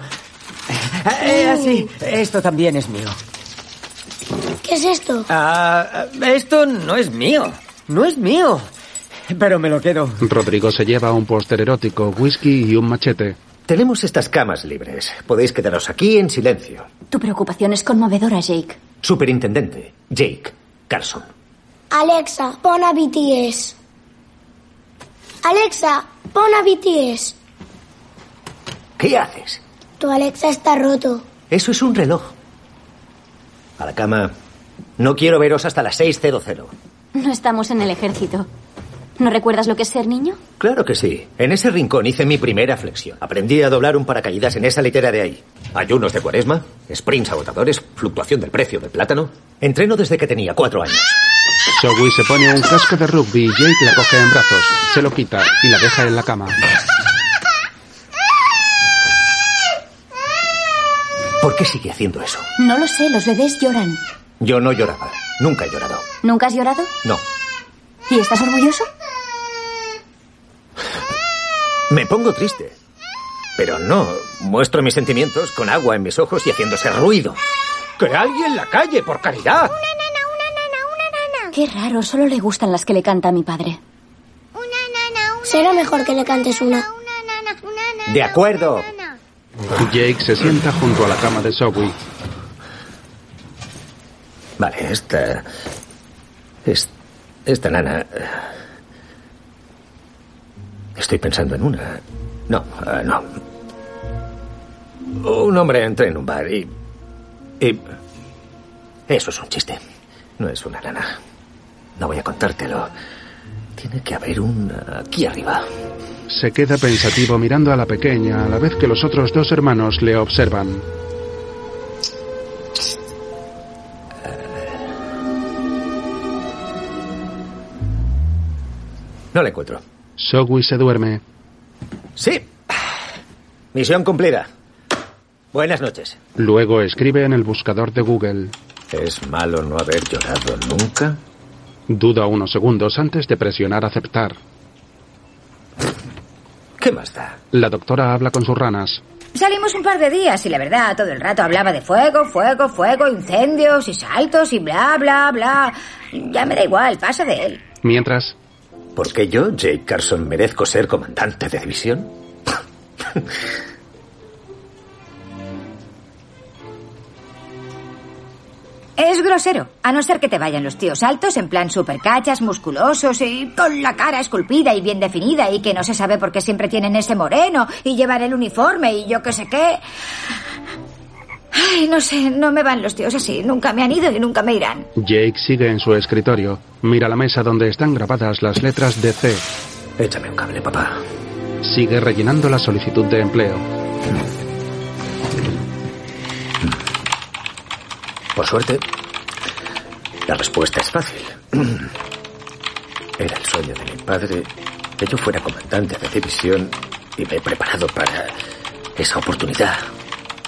[SPEAKER 10] Eh, así. Esto también es mío.
[SPEAKER 17] Mm. ¿Qué es esto?
[SPEAKER 10] Ah, esto no es mío. No es mío. Pero me lo quedo.
[SPEAKER 3] Rodrigo se lleva un póster erótico, whisky y un machete.
[SPEAKER 4] Tenemos estas camas libres. Podéis quedaros aquí en silencio.
[SPEAKER 19] Tu preocupación es conmovedora, Jake.
[SPEAKER 4] Superintendente, Jake Carson.
[SPEAKER 17] Alexa, pon a BTS. Alexa, pon a BTS.
[SPEAKER 4] ¿Qué haces?
[SPEAKER 17] Tu Alexa está roto.
[SPEAKER 4] Eso es un reloj. A la cama. No quiero veros hasta las 6.00.
[SPEAKER 19] No estamos en el ejército. ¿No recuerdas lo que es ser niño?
[SPEAKER 4] Claro que sí. En ese rincón hice mi primera flexión. Aprendí a doblar un paracaídas en esa litera de ahí. Ayunos de cuaresma, sprints agotadores, fluctuación del precio del plátano. Entreno desde que tenía cuatro años.
[SPEAKER 3] Joey se pone un casco de rugby y Jake la coge en brazos, se lo quita y la deja en la cama.
[SPEAKER 4] ¿Por qué sigue haciendo eso?
[SPEAKER 19] No lo sé, los bebés lloran.
[SPEAKER 4] Yo no lloraba. Nunca he llorado.
[SPEAKER 19] ¿Nunca has llorado?
[SPEAKER 4] No.
[SPEAKER 19] ¿Y estás orgulloso?
[SPEAKER 4] Me pongo triste. Pero no. Muestro mis sentimientos con agua en mis ojos y haciéndose ruido. ¡Que alguien la calle, por caridad!
[SPEAKER 19] Qué raro, solo le gustan las que le canta a mi padre.
[SPEAKER 17] Será mejor que le cantes una.
[SPEAKER 4] De acuerdo.
[SPEAKER 3] Jake se sienta junto a la cama de Zoe.
[SPEAKER 4] Vale, esta. es- esta nana. Estoy pensando en una. No, eh, no. Un hombre entra en un bar y. y. Eso es un chiste. No es una nana. No voy a contártelo. Tiene que haber una aquí arriba.
[SPEAKER 3] Se queda pensativo mirando a la pequeña a la vez que los otros dos hermanos le observan.
[SPEAKER 4] No la encuentro.
[SPEAKER 3] Zoe se duerme.
[SPEAKER 4] Sí. Misión cumplida. Buenas noches.
[SPEAKER 3] Luego escribe en el buscador de Google.
[SPEAKER 4] ¿Es malo no haber llorado nunca?
[SPEAKER 3] Duda unos segundos antes de presionar aceptar.
[SPEAKER 4] ¿Qué más da?
[SPEAKER 3] La doctora habla con sus ranas.
[SPEAKER 16] Salimos un par de días y la verdad, todo el rato hablaba de fuego, fuego, fuego, incendios y saltos y bla, bla, bla. Ya me da igual, paso de él.
[SPEAKER 3] Mientras,
[SPEAKER 4] ¿Por qué yo, Jake Carson, merezco ser comandante de división?
[SPEAKER 16] Es grosero, a no ser que te vayan los tíos altos en plan supercachas, musculosos y con la cara esculpida y bien definida y que no se sabe por qué siempre tienen ese moreno y llevan el uniforme y yo qué sé qué. Ay, no sé, no me van los tíos así. Nunca me han ido y nunca me irán.
[SPEAKER 3] Jake sigue en su escritorio. Mira la mesa donde están grabadas las letras de C.
[SPEAKER 4] Échame un cable, papá.
[SPEAKER 3] Sigue rellenando la solicitud de empleo.
[SPEAKER 4] Por suerte, la respuesta es fácil. Era el sueño de mi padre que yo fuera comandante de división y me he preparado para esa oportunidad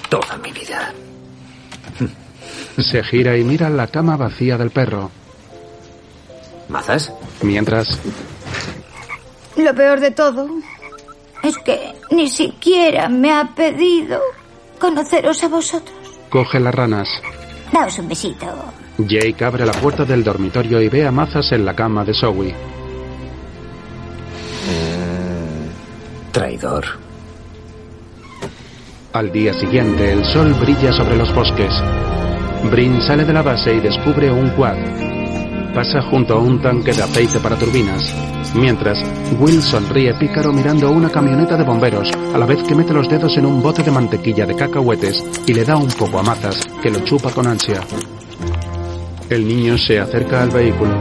[SPEAKER 4] toda mi vida.
[SPEAKER 3] Se gira y mira la cama vacía del perro.
[SPEAKER 4] ¿Mazas?
[SPEAKER 3] Mientras,
[SPEAKER 16] Lo peor de todo es que ni siquiera me ha pedido conoceros a vosotros.
[SPEAKER 3] coge las ranas.
[SPEAKER 16] Daos un besito.
[SPEAKER 3] Jake abre la puerta del dormitorio y ve a Mazas en la cama de Zoe.
[SPEAKER 4] Traidor.
[SPEAKER 3] Al día siguiente, el sol brilla sobre los bosques. Brin sale de la base y descubre un quad. Pasa junto a un tanque de aceite para turbinas. Mientras, Will sonríe pícaro mirando una camioneta de bomberos, a la vez que mete los dedos en un bote de mantequilla de cacahuetes y le da un poco a Mazas, que lo chupa con ansia. El niño se acerca al vehículo,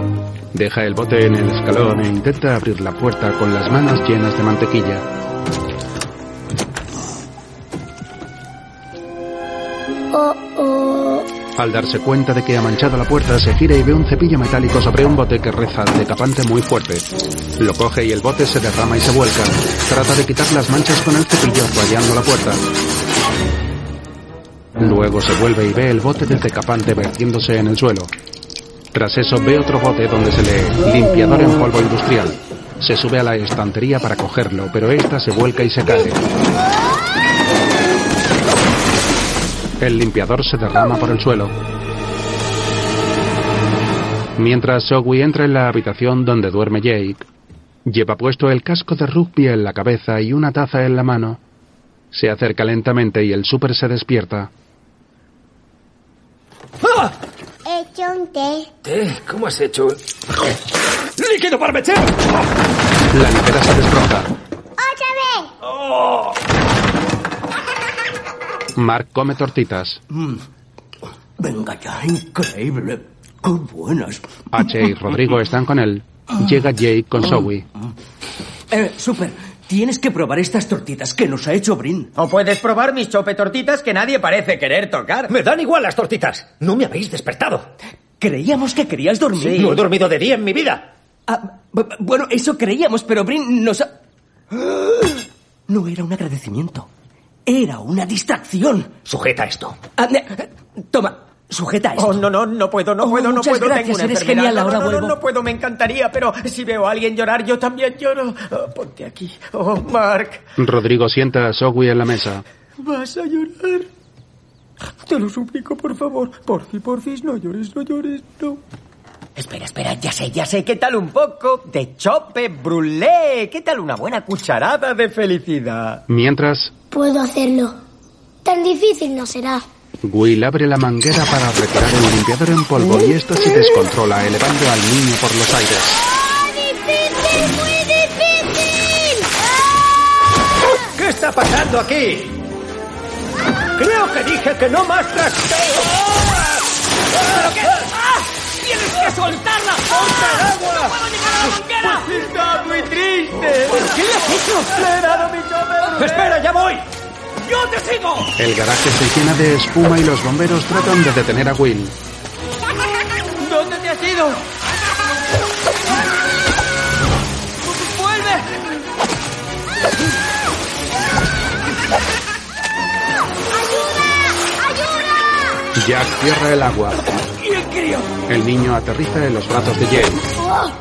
[SPEAKER 3] deja el bote en el escalón e intenta abrir la puerta con las manos llenas de mantequilla.
[SPEAKER 17] Oh, oh.
[SPEAKER 3] Al darse cuenta de que ha manchado la puerta, se gira y ve un cepillo metálico sobre un bote que reza de tapante muy fuerte. Lo coge y el bote se derrama y se vuelca. Trata de quitar las manchas con el cepillo rayando la puerta. Luego se vuelve y ve el bote del decapante vertiéndose en el suelo. Tras eso ve otro bote donde se lee limpiador en polvo industrial. Se sube a la estantería para cogerlo, pero esta se vuelca y se cae. El limpiador se derrama por el suelo. Mientras Zoe entra en la habitación donde duerme Jake, lleva puesto el casco de rugby en la cabeza y una taza en la mano. Se acerca lentamente y el súper se despierta.
[SPEAKER 10] ¡Ah!
[SPEAKER 17] He hecho un té.
[SPEAKER 4] ¿Cómo has hecho? ¡Líquido para
[SPEAKER 3] La nevera se desbroza.
[SPEAKER 17] ¡Otra vez!
[SPEAKER 10] ¡Oh!
[SPEAKER 3] Mark come tortitas.
[SPEAKER 7] Mm.
[SPEAKER 10] Venga ya, increíble. Qué buenas.
[SPEAKER 3] H y Rodrigo están con él. Llega Jake con Zoe.
[SPEAKER 7] Eh, Super, tienes que probar estas tortitas que nos ha hecho Brin.
[SPEAKER 20] O puedes probar mis chope tortitas que nadie parece querer tocar.
[SPEAKER 4] Me dan igual las tortitas. No me habéis despertado.
[SPEAKER 7] Creíamos que querías dormir.
[SPEAKER 4] No he dormido de día en mi vida.
[SPEAKER 7] Ah, bu- bu- bueno, eso creíamos, pero Brin nos ha... *gasps* No era un agradecimiento. Era una distracción.
[SPEAKER 4] Sujeta esto.
[SPEAKER 7] Ah, eh, Toma, sujeta esto.
[SPEAKER 20] Oh, no, no, no puedo, no
[SPEAKER 7] Oh,
[SPEAKER 20] puedo, no
[SPEAKER 7] muchas
[SPEAKER 20] puedo.
[SPEAKER 7] gracias,
[SPEAKER 20] Tengo una
[SPEAKER 7] eres
[SPEAKER 20] enfermedad.
[SPEAKER 7] genial,
[SPEAKER 20] No,
[SPEAKER 7] ahora
[SPEAKER 20] no, no,
[SPEAKER 7] vuelvo.
[SPEAKER 20] No puedo, me encantaría, pero si veo a alguien llorar, yo también lloro. Oh, ponte aquí. Oh, Mark,
[SPEAKER 3] Rodrigo sienta a Zoe en la mesa.
[SPEAKER 20] vas a llorar. Te lo suplico, por favor. Porfi, porfis, no llores, no llores, no. Espera, espera, ya sé, ya sé. ¿Qué tal un poco de chope brulé? ¿Qué tal una buena cucharada de felicidad?
[SPEAKER 3] Mientras,
[SPEAKER 17] Puedo hacerlo. Tan difícil no será.
[SPEAKER 3] Will abre la manguera para retirar el limpiador en polvo y esta se descontrola, elevando al niño por los aires.
[SPEAKER 17] ¡Difícil, muy difícil!
[SPEAKER 4] ¿Qué está pasando aquí? Creo que dije que no más trasteo. ¡Ah!
[SPEAKER 10] ¡Tienes que soltarla! ¡Solta el agua! ¡No puedo llegar a la manguera!
[SPEAKER 20] Está muy triste.
[SPEAKER 10] ¿Qué le has hecho?
[SPEAKER 20] He dado mi chope brulé.
[SPEAKER 4] ¡Espera, ya voy!
[SPEAKER 10] ¡Yo te sigo!
[SPEAKER 3] El garaje se llena de espuma y los bomberos tratan de detener a Will.
[SPEAKER 20] ¿Dónde te has ido? ¡Vuelve!
[SPEAKER 3] Jack cierra el agua.
[SPEAKER 10] ¡Y el crío!
[SPEAKER 3] El niño aterriza en los brazos de Jake.
[SPEAKER 17] ¡Oh!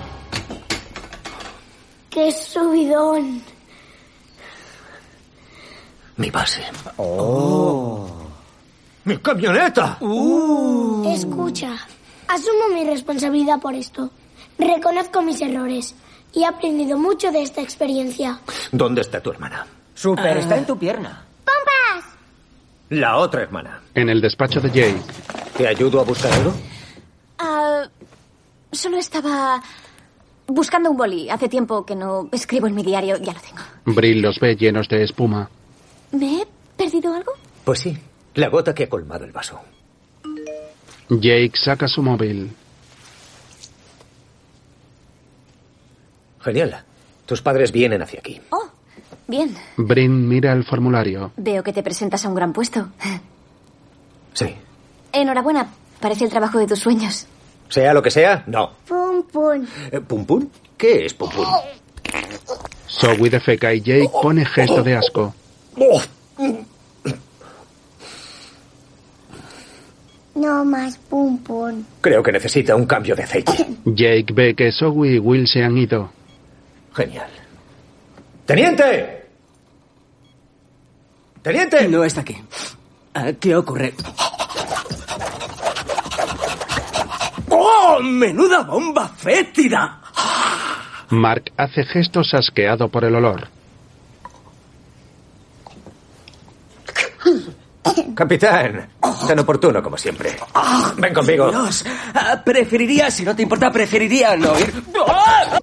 [SPEAKER 17] ¡Qué subidón!
[SPEAKER 4] Mi base. ¡Oh! ¡Mi camioneta!
[SPEAKER 17] Escucha, asumo mi responsabilidad por esto. Reconozco mis errores y he aprendido mucho de esta experiencia.
[SPEAKER 4] ¿Dónde está tu hermana?
[SPEAKER 20] Super,
[SPEAKER 7] Ah.
[SPEAKER 20] está en tu pierna.
[SPEAKER 17] ¡Pompas!
[SPEAKER 4] La otra hermana.
[SPEAKER 3] En el despacho de Jake,
[SPEAKER 4] ¿Te ayudo a buscar oro?
[SPEAKER 19] Ah, solo estaba buscando un boli. Hace tiempo que no escribo en mi diario. Ya lo tengo.
[SPEAKER 3] Brill los ve llenos de espuma.
[SPEAKER 19] ¿Me he perdido algo?
[SPEAKER 4] Pues sí. La gota que ha colmado el vaso.
[SPEAKER 3] Jake saca su móvil.
[SPEAKER 4] Genial. Tus padres vienen hacia aquí.
[SPEAKER 19] Bien.
[SPEAKER 3] Bryn mira el formulario.
[SPEAKER 19] Veo que te presentas a un gran puesto. *laughs*
[SPEAKER 4] Sí.
[SPEAKER 19] Enhorabuena. Parece el trabajo de tus sueños.
[SPEAKER 4] Sea lo que sea, no.
[SPEAKER 17] Pum, pum.
[SPEAKER 4] Eh, ¿Pum pum? ¿Qué es pum pum?
[SPEAKER 3] Zoe defeca y Jake pone gesto de asco.
[SPEAKER 17] No más pum pum.
[SPEAKER 4] Creo que necesita un cambio de aceite.
[SPEAKER 3] Jake ve que Zoe y Will se han ido.
[SPEAKER 4] Genial. ¡Teniente! ¡Teniente!
[SPEAKER 25] No está aquí. Ah, ¿Qué ocurre?
[SPEAKER 7] ¡Oh, menuda bomba fétida!
[SPEAKER 3] Mark hace gestos asqueado por el olor.
[SPEAKER 4] Capitán, tan oportuno como siempre. Ven conmigo.
[SPEAKER 7] Dios, ah, preferiría, si no te importa, preferiría no ir. ¡Ah!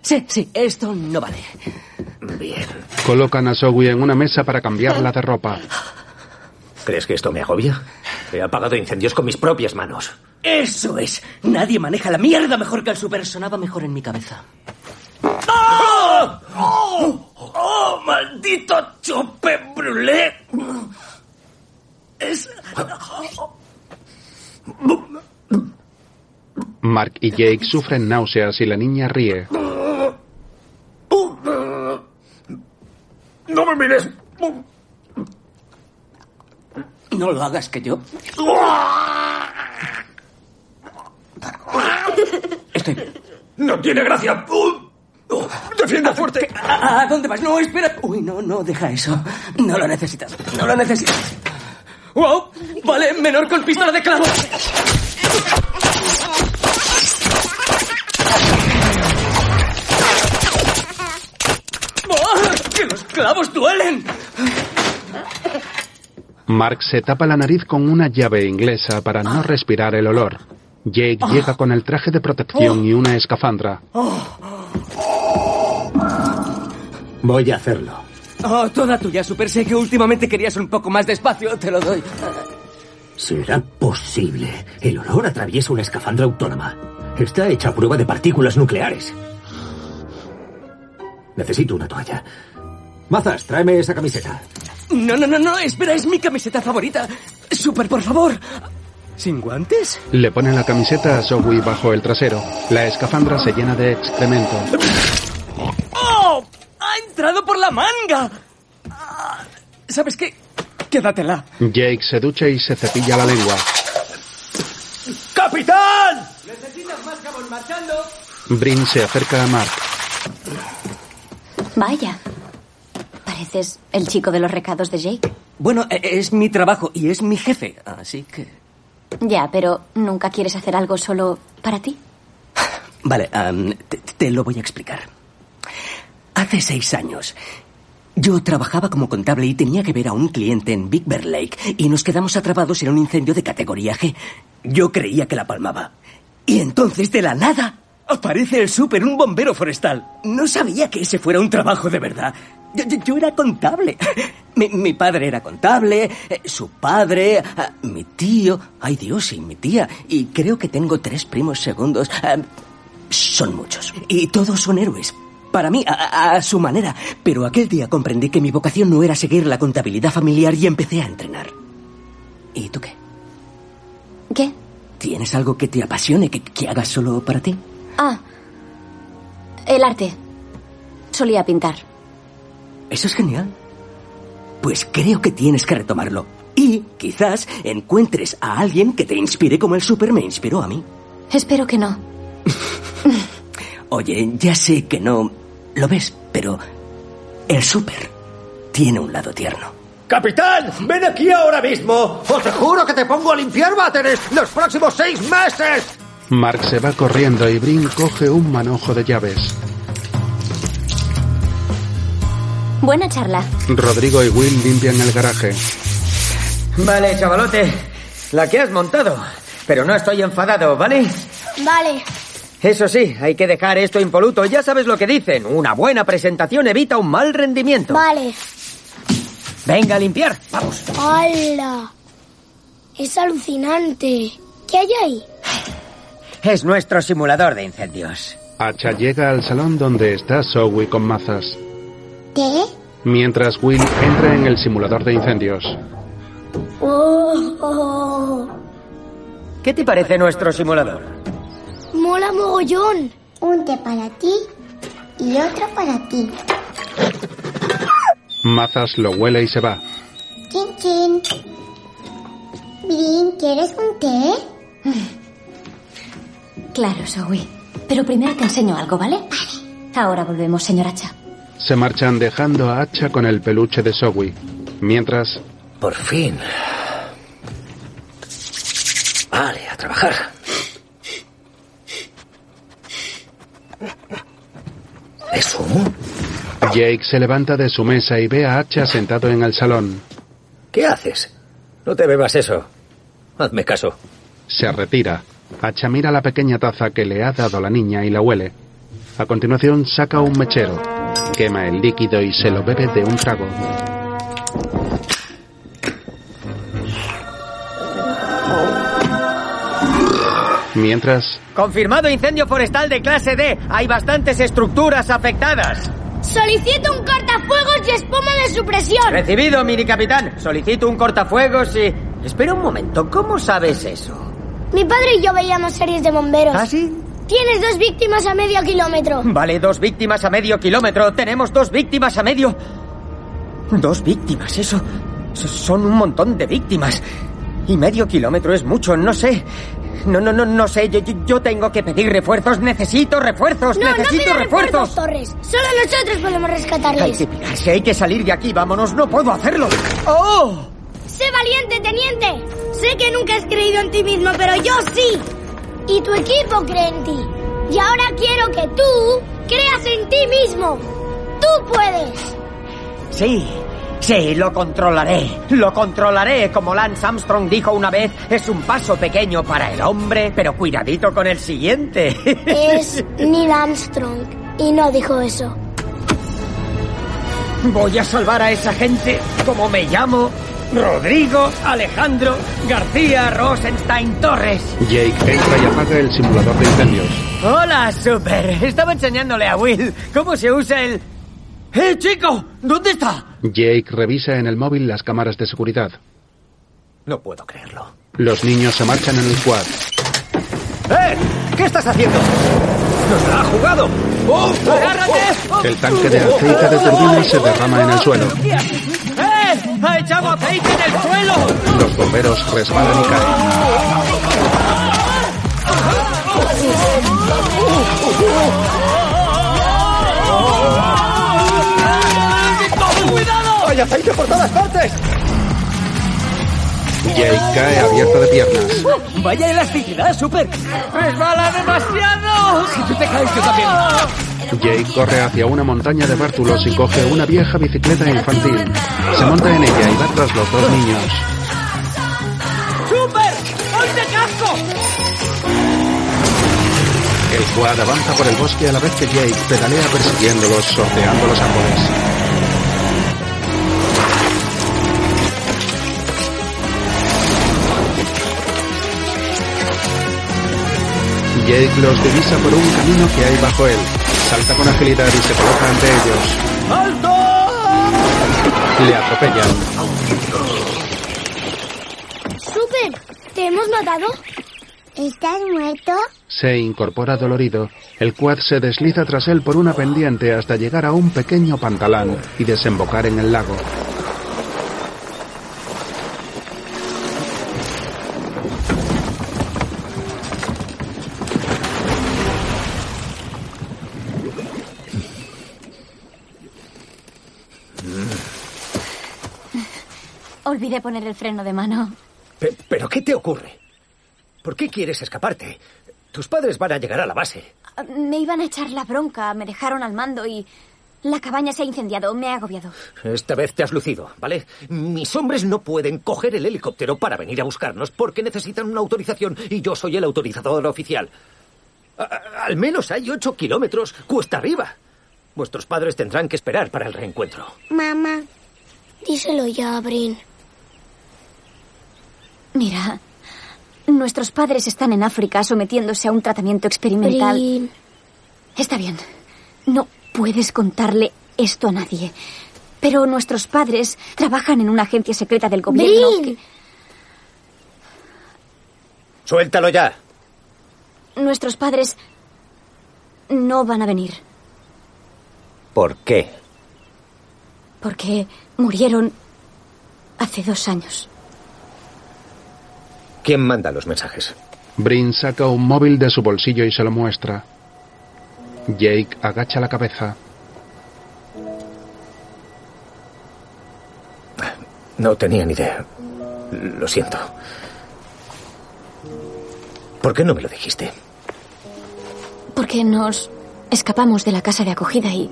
[SPEAKER 7] Sí, sí, esto no vale.
[SPEAKER 4] Bien.
[SPEAKER 3] Colocan a Zoe en una mesa para cambiarla de ropa.
[SPEAKER 4] ¿Crees que esto me agobia? He apagado incendios con mis propias manos.
[SPEAKER 7] Eso es. Nadie maneja la mierda mejor que el super. Sonaba mejor en mi cabeza. ¡Oh! ¡Oh! ¡Oh, maldito chope brulé! Es...
[SPEAKER 3] Mark y Jake sufren náuseas y la niña ríe.
[SPEAKER 7] No me mires. No lo hagas que yo. Estoy bien.
[SPEAKER 26] No tiene gracia.
[SPEAKER 7] Defienda ¡Oh! fuerte. Ah, ¿A, a- a dónde vas? No, espera. Uy, no, no, deja eso. No lo necesitas. No lo necesitas. ¡Wow! Vale, menor con pistola de clavo. ¡Ah! ¡Que los clavos duelen!
[SPEAKER 3] Mark se tapa la nariz con una llave inglesa para no respirar el olor. Jake llega con el traje de protección y una escafandra.
[SPEAKER 4] Voy a hacerlo.
[SPEAKER 7] Oh, toda tuya, Super. Sé que últimamente querías un poco más de espacio. Te lo doy.
[SPEAKER 27] ¿Será posible? El olor atraviesa una escafandra autónoma. Está hecha a prueba de partículas nucleares. Necesito una toalla. Mazas, tráeme esa camiseta.
[SPEAKER 7] No, no, no, no. Espera, es mi camiseta favorita. Super, por favor. ¿Sin guantes?
[SPEAKER 3] Le pone la camiseta a Zoe bajo el trasero. La escafandra se llena de excremento.
[SPEAKER 7] ¡Oh! ¡Ha entrado por la manga! Ah, ¿Sabes qué? Quédatela.
[SPEAKER 3] Jake se ducha y se cepilla la lengua.
[SPEAKER 7] ¡Capitán!
[SPEAKER 10] ¿Necesitas más jabón marchando?
[SPEAKER 3] Brin se acerca a Mark.
[SPEAKER 19] Vaya. Pareces el chico de los recados de Jake.
[SPEAKER 7] Bueno, e- es mi trabajo y es mi jefe, así que...
[SPEAKER 19] Ya, pero nunca quieres hacer algo solo para ti.
[SPEAKER 7] Vale, am, te, te lo voy a explicar. Hace seis años, yo trabajaba como contable y tenía que ver a un cliente en Big Bear Lake y nos quedamos atrapados en un incendio de categoría G. Yo creía que la palmaba. Y entonces, de la nada, aparece el súper, un bombero forestal. No sabía que ese fuera un trabajo de verdad. Yo, yo- yo era contable. *laughs* Mi, mi padre era contable, eh, su padre, ah, mi tío, ay Dios, y mi tía. Y creo que tengo tres primos segundos. Ah, son muchos. Y todos son héroes. Para mí, a, a- a su manera. Pero aquel día comprendí que mi vocación no era seguir la contabilidad familiar y empecé a entrenar. ¿Y tú qué?
[SPEAKER 19] ¿Qué?
[SPEAKER 7] ¿Tienes algo que te apasione, que, que hagas solo para ti?
[SPEAKER 19] Ah. El arte. Solía pintar.
[SPEAKER 7] Eso es genial. Pues creo que tienes que retomarlo. Y quizás encuentres a alguien que te inspire como el super me inspiró a mí.
[SPEAKER 19] Espero que no.
[SPEAKER 7] Oye, ya sé que no lo ves, pero el super tiene un lado tierno.
[SPEAKER 4] ¡Capitán! ¡Ven aquí ahora mismo! ¡Os juro que te pongo a limpiar váteres los próximos seis meses!
[SPEAKER 3] Mark se va corriendo y Brin coge un manojo de llaves.
[SPEAKER 19] Buena charla.
[SPEAKER 3] Rodrigo y Will limpian el garaje.
[SPEAKER 14] Vale, chavalote. La que has montado. Pero no estoy enfadado, ¿vale?
[SPEAKER 17] Vale.
[SPEAKER 14] Eso sí, hay que dejar esto impoluto. Ya sabes lo que dicen. Una buena presentación evita un mal rendimiento.
[SPEAKER 17] Vale.
[SPEAKER 14] Venga a limpiar. Vamos.
[SPEAKER 17] ¡Hala! Es alucinante. ¿Qué hay ahí?
[SPEAKER 20] Es nuestro simulador de incendios.
[SPEAKER 3] Hacha llega al salón donde está Zoe con mazas.
[SPEAKER 17] ¿Qué?
[SPEAKER 3] Mientras Will entra en el simulador de incendios.
[SPEAKER 17] ¡Oh!
[SPEAKER 20] ¿Qué te parece nuestro simulador?
[SPEAKER 17] ¡Mola mogollón! Un té para ti y otro para ti.
[SPEAKER 3] Mazas lo huele y se va.
[SPEAKER 17] Chin, chin. Brin, ¿quieres un té?
[SPEAKER 19] Mm. Claro, Zoe. Pero primero te enseño algo, ¿vale? Ahora volvemos, señora Cha.
[SPEAKER 3] Se marchan dejando a Hacha con el peluche de Zoe. Mientras...
[SPEAKER 4] Por fin. Vale, a trabajar. ¿Es humo?
[SPEAKER 3] Jake se levanta de su mesa y ve a Hacha sentado en el salón.
[SPEAKER 4] ¿Qué haces? No te bebas eso. Hazme caso.
[SPEAKER 3] Se retira. Hacha mira la pequeña taza que le ha dado la niña y la huele. A continuación saca un mechero, quema el líquido y se lo bebe de un trago. Mientras,
[SPEAKER 14] Confirmado incendio forestal de clase D. Hay bastantes estructuras afectadas.
[SPEAKER 16] Solicito un cortafuegos y espuma de supresión.
[SPEAKER 14] Recibido, mini capitán. Solicito un cortafuegos y. Espera un momento, ¿cómo sabes eso?
[SPEAKER 17] Mi padre y yo veíamos series de bomberos.
[SPEAKER 14] ¿Ah, sí? Hm,
[SPEAKER 17] Tienes dos víctimas a medio kilómetro.
[SPEAKER 14] Vale, dos víctimas a medio kilómetro. Tenemos dos víctimas a medio. Dos víctimas, eso. S- Son un montón de víctimas. Y medio kilómetro es mucho, no sé. No, no, no, no sé. Yo, yo, yo tengo que pedir refuerzos. Necesito refuerzos.
[SPEAKER 17] no, no
[SPEAKER 14] pues necesito
[SPEAKER 17] pidas
[SPEAKER 14] refuerzos.
[SPEAKER 17] refuerzos, Torres. Solo nosotros podemos
[SPEAKER 14] Hay
[SPEAKER 17] rescatarles.
[SPEAKER 14] que pirarse, hay que salir de aquí. Vámonos, no puedo hacerlo. ¡Oh!
[SPEAKER 16] Sé valiente, teniente. Sé que nunca has creído en ti mismo, pero yo sí.
[SPEAKER 17] Y tu equipo cree en ti. Y ahora quiero que tú creas en ti mismo. Tú puedes.
[SPEAKER 14] Sí, sí, lo controlaré. Lo controlaré. Como Lance Armstrong dijo una vez, es un paso pequeño para el hombre, pero cuidadito con el siguiente. *laughs*
[SPEAKER 17] Es Neil Armstrong. Y no dijo eso.
[SPEAKER 14] Voy a salvar a esa gente, como me llamo. Rodrigo, Alejandro, García, Rosenstein, Torres.
[SPEAKER 3] Jake entra y apaga el simulador de incendios.
[SPEAKER 14] Hola, Super. Estaba enseñándole a Will cómo se usa el... ¡Eh, chico! ¿Dónde está?
[SPEAKER 3] Jake revisa en el móvil las cámaras de seguridad.
[SPEAKER 4] No puedo creerlo.
[SPEAKER 3] Los niños se marchan en el quad.
[SPEAKER 4] ¡Eh! ¿Qué estás haciendo? ¡Nos la ha jugado! ¡Oh! oh, oh.
[SPEAKER 3] El tanque de aceite de turbina se derrama en el suelo.
[SPEAKER 14] oh! ¡Eh! ¡Ha echado aceite en el suelo!
[SPEAKER 3] Los bomberos resbalan y caen.
[SPEAKER 14] ¡Oh, oh! ¡Cuidado!
[SPEAKER 9] ¡Hay aceite por todas partes!
[SPEAKER 3] Jake cae abierto de piernas.
[SPEAKER 7] Vaya elasticidad, Super.
[SPEAKER 14] ¡Resbala demasiado! Si tú te caes, yo también.
[SPEAKER 3] Jake corre hacia una montaña de bártulos y coge una vieja bicicleta infantil. Se monta en ella y va tras los dos niños.
[SPEAKER 14] ¡Super! ¡Ponte casco!
[SPEAKER 3] El quad avanza por el bosque a la vez que Jake pedalea persiguiéndolos, sorteando los árboles. Jake los divisa por un camino que hay bajo él. Salta con agilidad y se coloca ante ellos. Le atropellan.
[SPEAKER 17] Super, ¿te hemos matado? ¿Estás muerto?
[SPEAKER 3] Se incorpora dolorido. El quad se desliza tras él por una pendiente hasta llegar a un pequeño pantalán y desembocar en el lago.
[SPEAKER 19] Olvidé poner el freno de mano.
[SPEAKER 4] Pe- ¿Pero qué te ocurre? ¿Por qué quieres escaparte? Tus padres van a llegar a la base.
[SPEAKER 19] Ah, Me iban a echar la bronca, me dejaron al mando y la cabaña se ha incendiado, me ha agobiado.
[SPEAKER 4] Esta vez te has lucido, ¿vale? Mis hombres no pueden coger el helicóptero para venir a buscarnos porque necesitan una autorización y yo soy el autorizador oficial. A- a- al menos hay ocho kilómetros cuesta arriba. Vuestros padres tendrán que esperar para el reencuentro.
[SPEAKER 17] Mamá, Díselo ya, Brin.
[SPEAKER 19] Mira, nuestros padres están en África sometiéndose a un tratamiento experimental.
[SPEAKER 17] Brin.
[SPEAKER 19] Está bien. No puedes contarle esto a nadie. Pero nuestros padres trabajan en una agencia secreta del gobierno.
[SPEAKER 17] Brin.
[SPEAKER 4] Suéltalo ya.
[SPEAKER 19] Nuestros padres no van a venir
[SPEAKER 4] ¿Por qué?
[SPEAKER 19] porque murieron hace dos años.
[SPEAKER 4] ¿Quién manda los mensajes?
[SPEAKER 3] Brin saca un móvil de su bolsillo y se lo muestra. Jake agacha la cabeza.
[SPEAKER 4] No tenía ni idea. Lo siento. ¿Por qué no me lo dijiste?
[SPEAKER 19] Porque nos escapamos de la casa de acogida y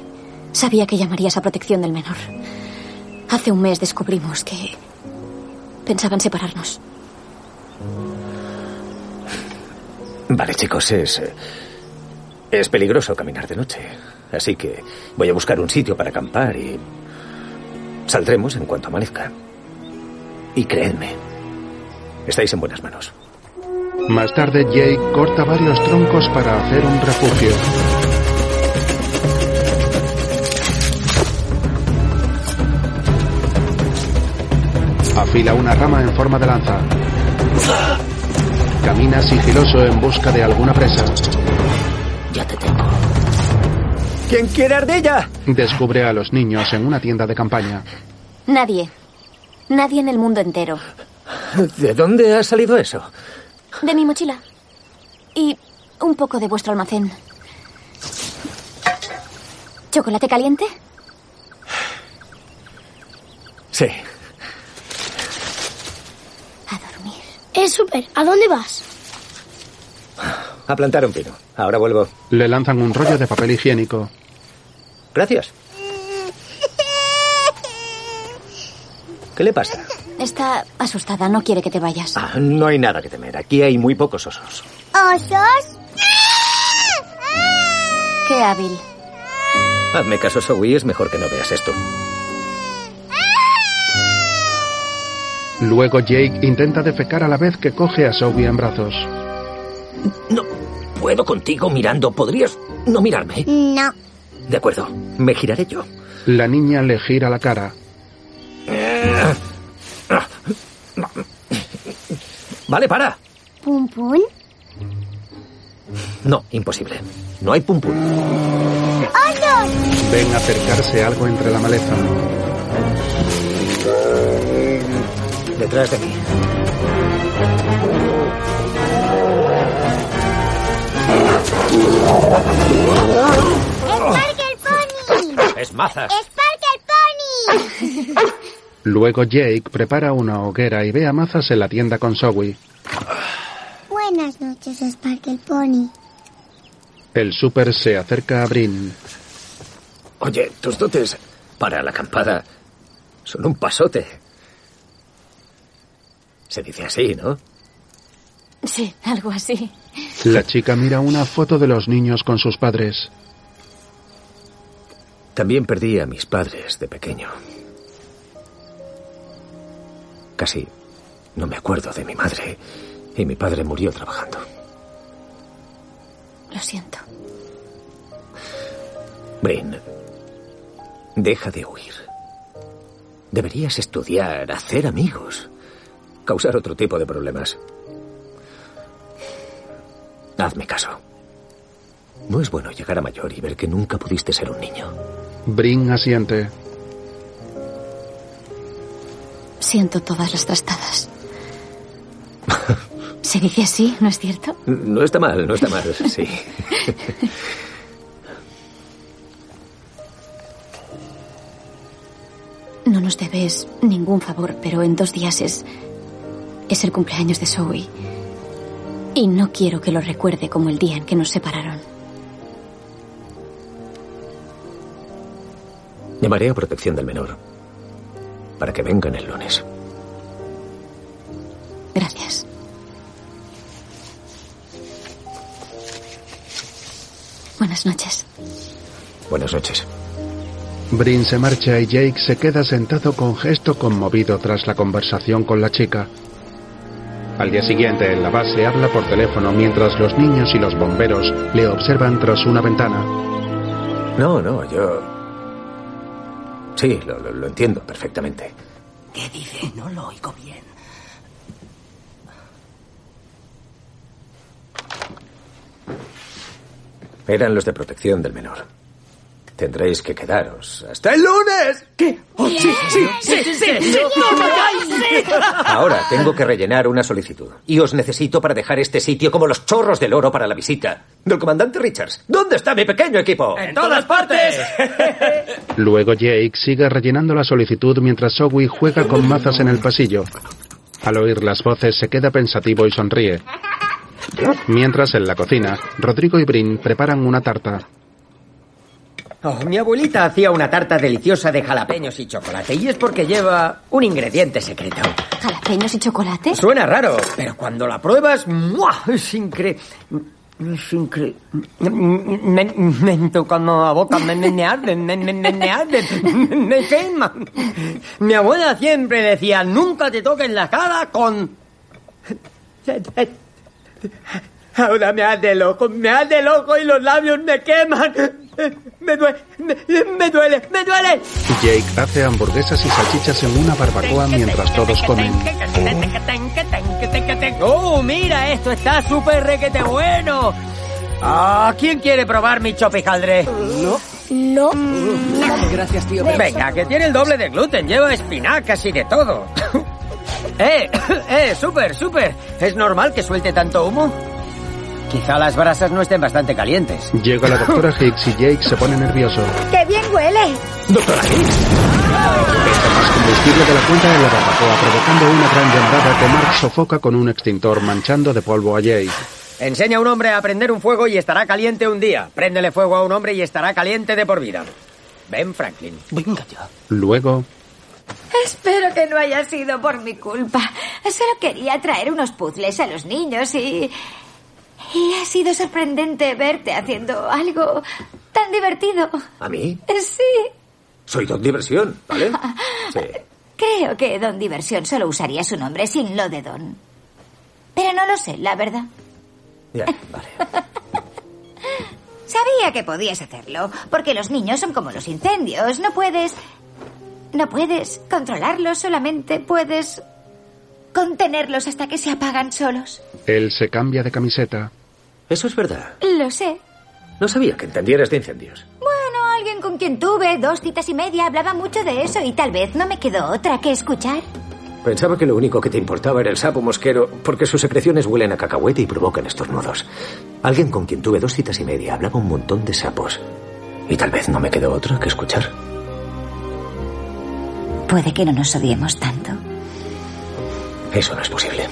[SPEAKER 19] sabía que llamarías a protección del menor. Hace un mes descubrimos que pensaban separarnos.
[SPEAKER 4] Vale, chicos, es. eh, Es peligroso caminar de noche. Así que voy a buscar un sitio para acampar y. Saldremos en cuanto amanezca. Y creedme, estáis en buenas manos.
[SPEAKER 3] Más tarde, Jake corta varios troncos para hacer un refugio. Afila una rama en forma de lanza. Camina sigiloso en busca de alguna presa.
[SPEAKER 4] ¿Quién quiere ardilla?
[SPEAKER 3] Descubre a los niños en una tienda de campaña.
[SPEAKER 19] Nadie. Nadie en el mundo entero.
[SPEAKER 4] ¿De dónde ha salido eso?
[SPEAKER 19] De mi mochila. Y un poco de vuestro almacén. ¿Chocolate caliente?
[SPEAKER 4] Sí.
[SPEAKER 17] Es súper. ¿A dónde vas?
[SPEAKER 4] A plantar un pino. Ahora vuelvo.
[SPEAKER 3] Le lanzan un rollo de papel higiénico.
[SPEAKER 4] Gracias. ¿Qué le pasa?
[SPEAKER 19] Está asustada, no quiere que te vayas.
[SPEAKER 4] No hay nada que temer. Aquí hay muy pocos osos.
[SPEAKER 19] ¿Osos? Qué hábil.
[SPEAKER 4] Hazme caso, Zoe, es mejor que no veas esto.
[SPEAKER 3] Luego Jake intenta defecar a la vez que coge a Sophie en brazos.
[SPEAKER 4] ¿Puedo contigo mirando? ¿Podrías no mirarme?
[SPEAKER 17] No.
[SPEAKER 4] De acuerdo, me giraré yo.
[SPEAKER 3] La niña le gira la cara.
[SPEAKER 4] Vale, para.
[SPEAKER 17] ¿Pum pum?
[SPEAKER 4] No, imposible. No hay pum pum.
[SPEAKER 17] ¡Oh, ¡Osos!
[SPEAKER 3] Ven acercarse algo entre la maleza.
[SPEAKER 4] Detrás de mí. Es maza.
[SPEAKER 17] ¡Sparkle Pony!
[SPEAKER 3] Luego Jake prepara una hoguera y ve a mazas en la tienda con Zoe.
[SPEAKER 17] Buenas noches, Sparkle Pony.
[SPEAKER 3] El super se acerca a Brin.
[SPEAKER 4] Oye, tus dotes para la acampada son un pasote. Se dice así, ¿no?
[SPEAKER 19] Sí, algo así.
[SPEAKER 3] La chica mira una foto de los niños con sus padres.
[SPEAKER 4] También perdí a mis padres de pequeño. Casi no me acuerdo de mi madre y mi padre murió trabajando.
[SPEAKER 19] Lo siento.
[SPEAKER 4] Brin, deja de huir. Deberías estudiar, hacer amigos, causar otro tipo de problemas. Hazme caso. No es bueno llegar a mayor y ver que nunca pudiste ser un niño.
[SPEAKER 3] Brin asiente.
[SPEAKER 19] Siento todas las trastadas. Se dice así, ¿no es cierto?
[SPEAKER 4] No está mal, no está mal,
[SPEAKER 3] *laughs*
[SPEAKER 4] sí.
[SPEAKER 19] No nos debes ningún favor, pero en dos días es. es el cumpleaños de Zoe. Y no quiero que lo recuerde como el día en que nos separaron.
[SPEAKER 4] Llamaré a protección del menor para que vengan el lunes.
[SPEAKER 19] Gracias. Buenas noches.
[SPEAKER 4] Buenas noches.
[SPEAKER 3] Brin se marcha y Jake se queda sentado con gesto conmovido tras la conversación con la chica. Al día siguiente, en la base, habla por teléfono mientras los niños y los bomberos le observan tras una ventana.
[SPEAKER 4] No, no, yo... Sí, lo, lo- lo entiendo perfectamente.
[SPEAKER 7] ¿Qué dice? No lo oigo bien.
[SPEAKER 4] Eran los de protección del menor. Tendréis que quedaros hasta el...
[SPEAKER 10] lunes! ¿Qué?
[SPEAKER 7] Oh, sí, sí, sí, sí, sí, sí, no me
[SPEAKER 10] caes.
[SPEAKER 4] Ahora tengo que rellenar una solicitud. Y os necesito para dejar este sitio como los chorros del oro para la visita. Del comandante Richards. ¿Dónde está mi pequeño equipo?
[SPEAKER 10] ¡En todas partes!
[SPEAKER 3] Luego Jake sigue rellenando la solicitud mientras Zoe juega con mazas en el pasillo. Al oír las voces se queda pensativo y sonríe. Mientras en la cocina, Rodrigo y Brin preparan una tarta.
[SPEAKER 14] Oh, mi abuelita hacía una tarta deliciosa de jalapeños y chocolate y es porque lleva un ingrediente secreto.
[SPEAKER 16] ¿Jalapeños y chocolate?
[SPEAKER 14] Suena raro, pero cuando la pruebas, ¡mua! Es increíble. Es increíble. Me, me cuando la boca me, me, me arde, me, me, me, me arde, me, me quema. Mi abuela siempre decía, nunca te toques la cara con... Ahora me arde el ojo, me arde el ojo y los labios me queman. Me duele, me, me duele, me duele.
[SPEAKER 3] Jake hace hamburguesas y salchichas en una barbacoa mientras todos comen.
[SPEAKER 14] ¡Oh, mira! Esto está súper requete bueno. Ah, ¿quién quiere probar mi chopijaldre? No.
[SPEAKER 17] No.
[SPEAKER 7] Mm,
[SPEAKER 14] Gracias, tío.
[SPEAKER 17] pero-
[SPEAKER 14] Venga, que tiene el doble de gluten. Lleva espinacas y de todo. *laughs* ¡Eh! *coughs* ¡Eh! ¡Súper, súper! ¿Es normal que suelte tanto humo? Quizá las brasas no estén bastante calientes.
[SPEAKER 3] Llega la doctora Hicks y Jake se pone nervioso.
[SPEAKER 28] ¡Qué bien huele!
[SPEAKER 3] Doctora Hicks. Echa más combustible de la cuenta en la barbacoa, provocando una gran llamada que Mark sofoca con un extintor manchando de polvo a Jake.
[SPEAKER 14] Enseña a un hombre a prender un fuego y estará caliente un día. Préndele fuego a un hombre y estará caliente de por vida. Ben Franklin. Venga ya.
[SPEAKER 3] Luego,
[SPEAKER 28] Espero que no haya sido
[SPEAKER 16] Por mi culpa. Solo quería traer unos puzzles a los niños y... Y ha sido sorprendente verte haciendo algo tan divertido.
[SPEAKER 4] ¿A mí?
[SPEAKER 16] Sí,
[SPEAKER 4] Soy Don Diversión, ¿vale? Sí.
[SPEAKER 16] creo que Don Diversión solo usaría su nombre sin lo de Don. Pero no lo sé, la verdad.
[SPEAKER 4] Ya,
[SPEAKER 16] Sabía que podías hacerlo, porque los niños son como los incendios. No puedes... No puedes controlarlos, solamente puedes contenerlos hasta que se apagan solos.
[SPEAKER 3] él se cambia de camiseta.
[SPEAKER 4] Eso es verdad.
[SPEAKER 16] Lo sé.
[SPEAKER 4] No sabía que entendieras de incendios.
[SPEAKER 16] Bueno, alguien con quien tuve dos citas y media hablaba mucho de eso y tal vez no me quedó otra que escuchar.
[SPEAKER 4] Pensaba que lo único que te importaba era el sapo mosquero, porque sus secreciones huelen a cacahuete y provocan estornudos. Alguien con quien tuve dos citas y media hablaba un montón de sapos. Y tal vez no me quedó otra que escuchar.
[SPEAKER 16] Puede que no nos odiemos tanto.
[SPEAKER 4] Eso no es posible.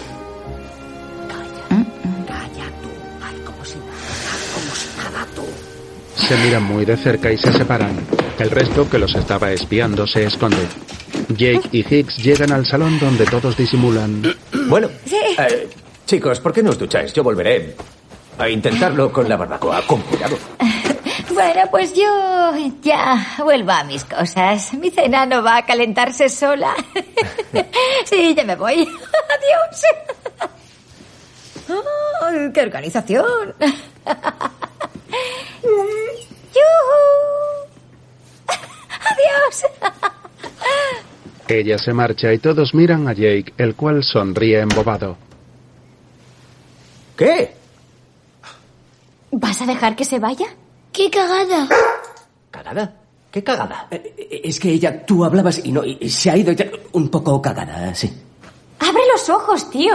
[SPEAKER 3] Se miran muy de cerca y se separan. El resto que los estaba espiando se esconde. Jake y Hicks llegan al salón donde todos disimulan.
[SPEAKER 4] Bueno, eh, chicos, ¿por qué no os ducháis? Yo volveré a intentarlo con la barbacoa. Con cuidado.
[SPEAKER 16] Bueno, pues yo ya vuelvo a mis cosas. Mi cena no va a calentarse sola. *laughs* Sí, ya me voy. *laughs* Adiós. Oh, ¡Qué organización! *laughs* ¡Yujú! *laughs* ¡Adiós! *laughs*
[SPEAKER 3] Ella se marcha y todos miran a Jake, el cual sonríe embobado.
[SPEAKER 4] ¿Qué?
[SPEAKER 16] ¿Vas a dejar que se vaya?
[SPEAKER 17] ¡Qué cagada!
[SPEAKER 4] ¿Cagada? ¿Qué cagada?
[SPEAKER 7] Eh, Es que ella, tú hablabas y no, y se ha ido ya un poco cagada, eh, sí.
[SPEAKER 16] Abre los ojos, tío.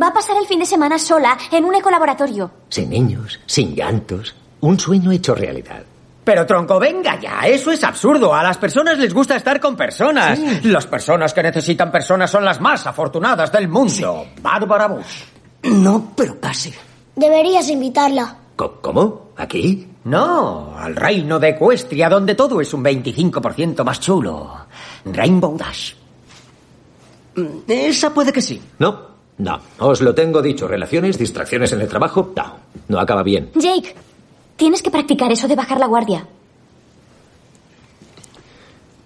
[SPEAKER 16] Va a pasar el fin de semana sola en un ecolaboratorio.
[SPEAKER 4] Sin niños, sin llantos. Un sueño hecho realidad.
[SPEAKER 14] Pero tronco, venga ya, eso es absurdo. A las personas les gusta estar con personas. Las personas que necesitan personas son las más afortunadas del mundo. Bárbara Bush.
[SPEAKER 7] No, pero casi.
[SPEAKER 17] Deberías invitarla.
[SPEAKER 4] ¿Cómo? ¿Aquí?
[SPEAKER 14] No, al reino de Ecuestria, donde todo es un 25% más chulo. Rainbow Dash.
[SPEAKER 7] Mm, Esa puede que sí.
[SPEAKER 4] No, no. Os lo tengo dicho. Relaciones, distracciones en el trabajo, no. No acaba bien.
[SPEAKER 16] Jake, tienes que practicar eso de bajar la guardia.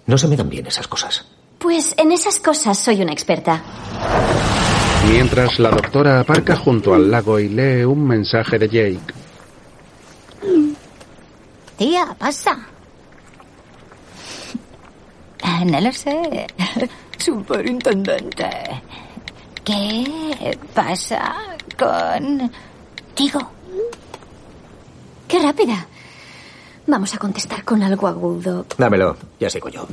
[SPEAKER 4] No se me dan bien esas cosas.
[SPEAKER 19] Pues en esas cosas soy una experta.
[SPEAKER 3] Mientras la doctora aparca junto al lago y lee un mensaje de Jake.
[SPEAKER 16] Tía, pasa. Ah, No lo sé. Superintendente. ¿Qué pasa con...
[SPEAKER 19] Digo. ¡Qué rápida! Vamos a contestar con algo agudo.
[SPEAKER 4] Dámelo, ya sigo yo.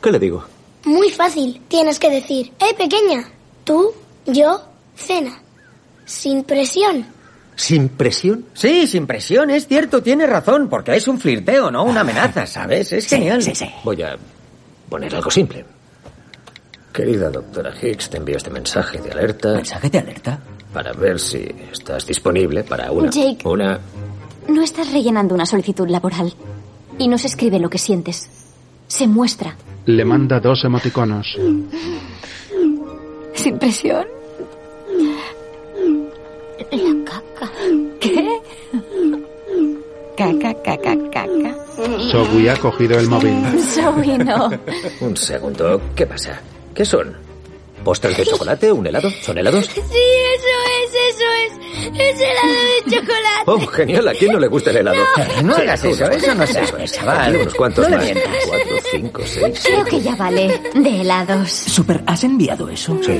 [SPEAKER 4] ¿Qué le digo?
[SPEAKER 17] Muy fácil. Tienes que decir, eh, pequeña, tú, yo, cena. Sin presión.
[SPEAKER 4] ¿Sin presión?
[SPEAKER 14] Sí, sin presión, es cierto, tiene razón, porque es un flirteo, no
[SPEAKER 7] Ah.
[SPEAKER 14] una amenaza, ¿sabes? Es genial. Sí, sí.
[SPEAKER 4] Voy a poner algo simple. Querida doctora Hicks, te envío este mensaje de alerta.
[SPEAKER 7] ¿Mensaje de alerta?
[SPEAKER 4] Para ver si estás disponible para una.
[SPEAKER 19] Jake.
[SPEAKER 4] Una.
[SPEAKER 19] No estás rellenando una solicitud laboral. Y no se escribe lo que sientes. Se muestra.
[SPEAKER 3] Le manda dos emoticonos.
[SPEAKER 16] Sin presión. La caca. ¿Qué? Caca, caca, caca.
[SPEAKER 3] Shogui ha cogido el móvil.
[SPEAKER 19] Zoe, no.
[SPEAKER 4] Un segundo, ¿qué pasa? ¿Qué son? ¿Postres de chocolate? ¿Un helado? ¿Son helados?
[SPEAKER 29] Sí, eso es, eso es. Es helado de chocolate.
[SPEAKER 4] Oh, genial, ¿a quién no le gusta el helado?
[SPEAKER 16] No.
[SPEAKER 14] No hagas eso, eso no se
[SPEAKER 4] eso
[SPEAKER 14] hace,
[SPEAKER 4] es.
[SPEAKER 14] chaval.
[SPEAKER 4] Aquí unos cuantos
[SPEAKER 14] No le
[SPEAKER 4] más.
[SPEAKER 14] mientas.
[SPEAKER 4] Cuatro, cinco, seis.
[SPEAKER 19] Creo que ya vale. De helados.
[SPEAKER 7] Super, ¿has enviado eso?
[SPEAKER 4] Sí.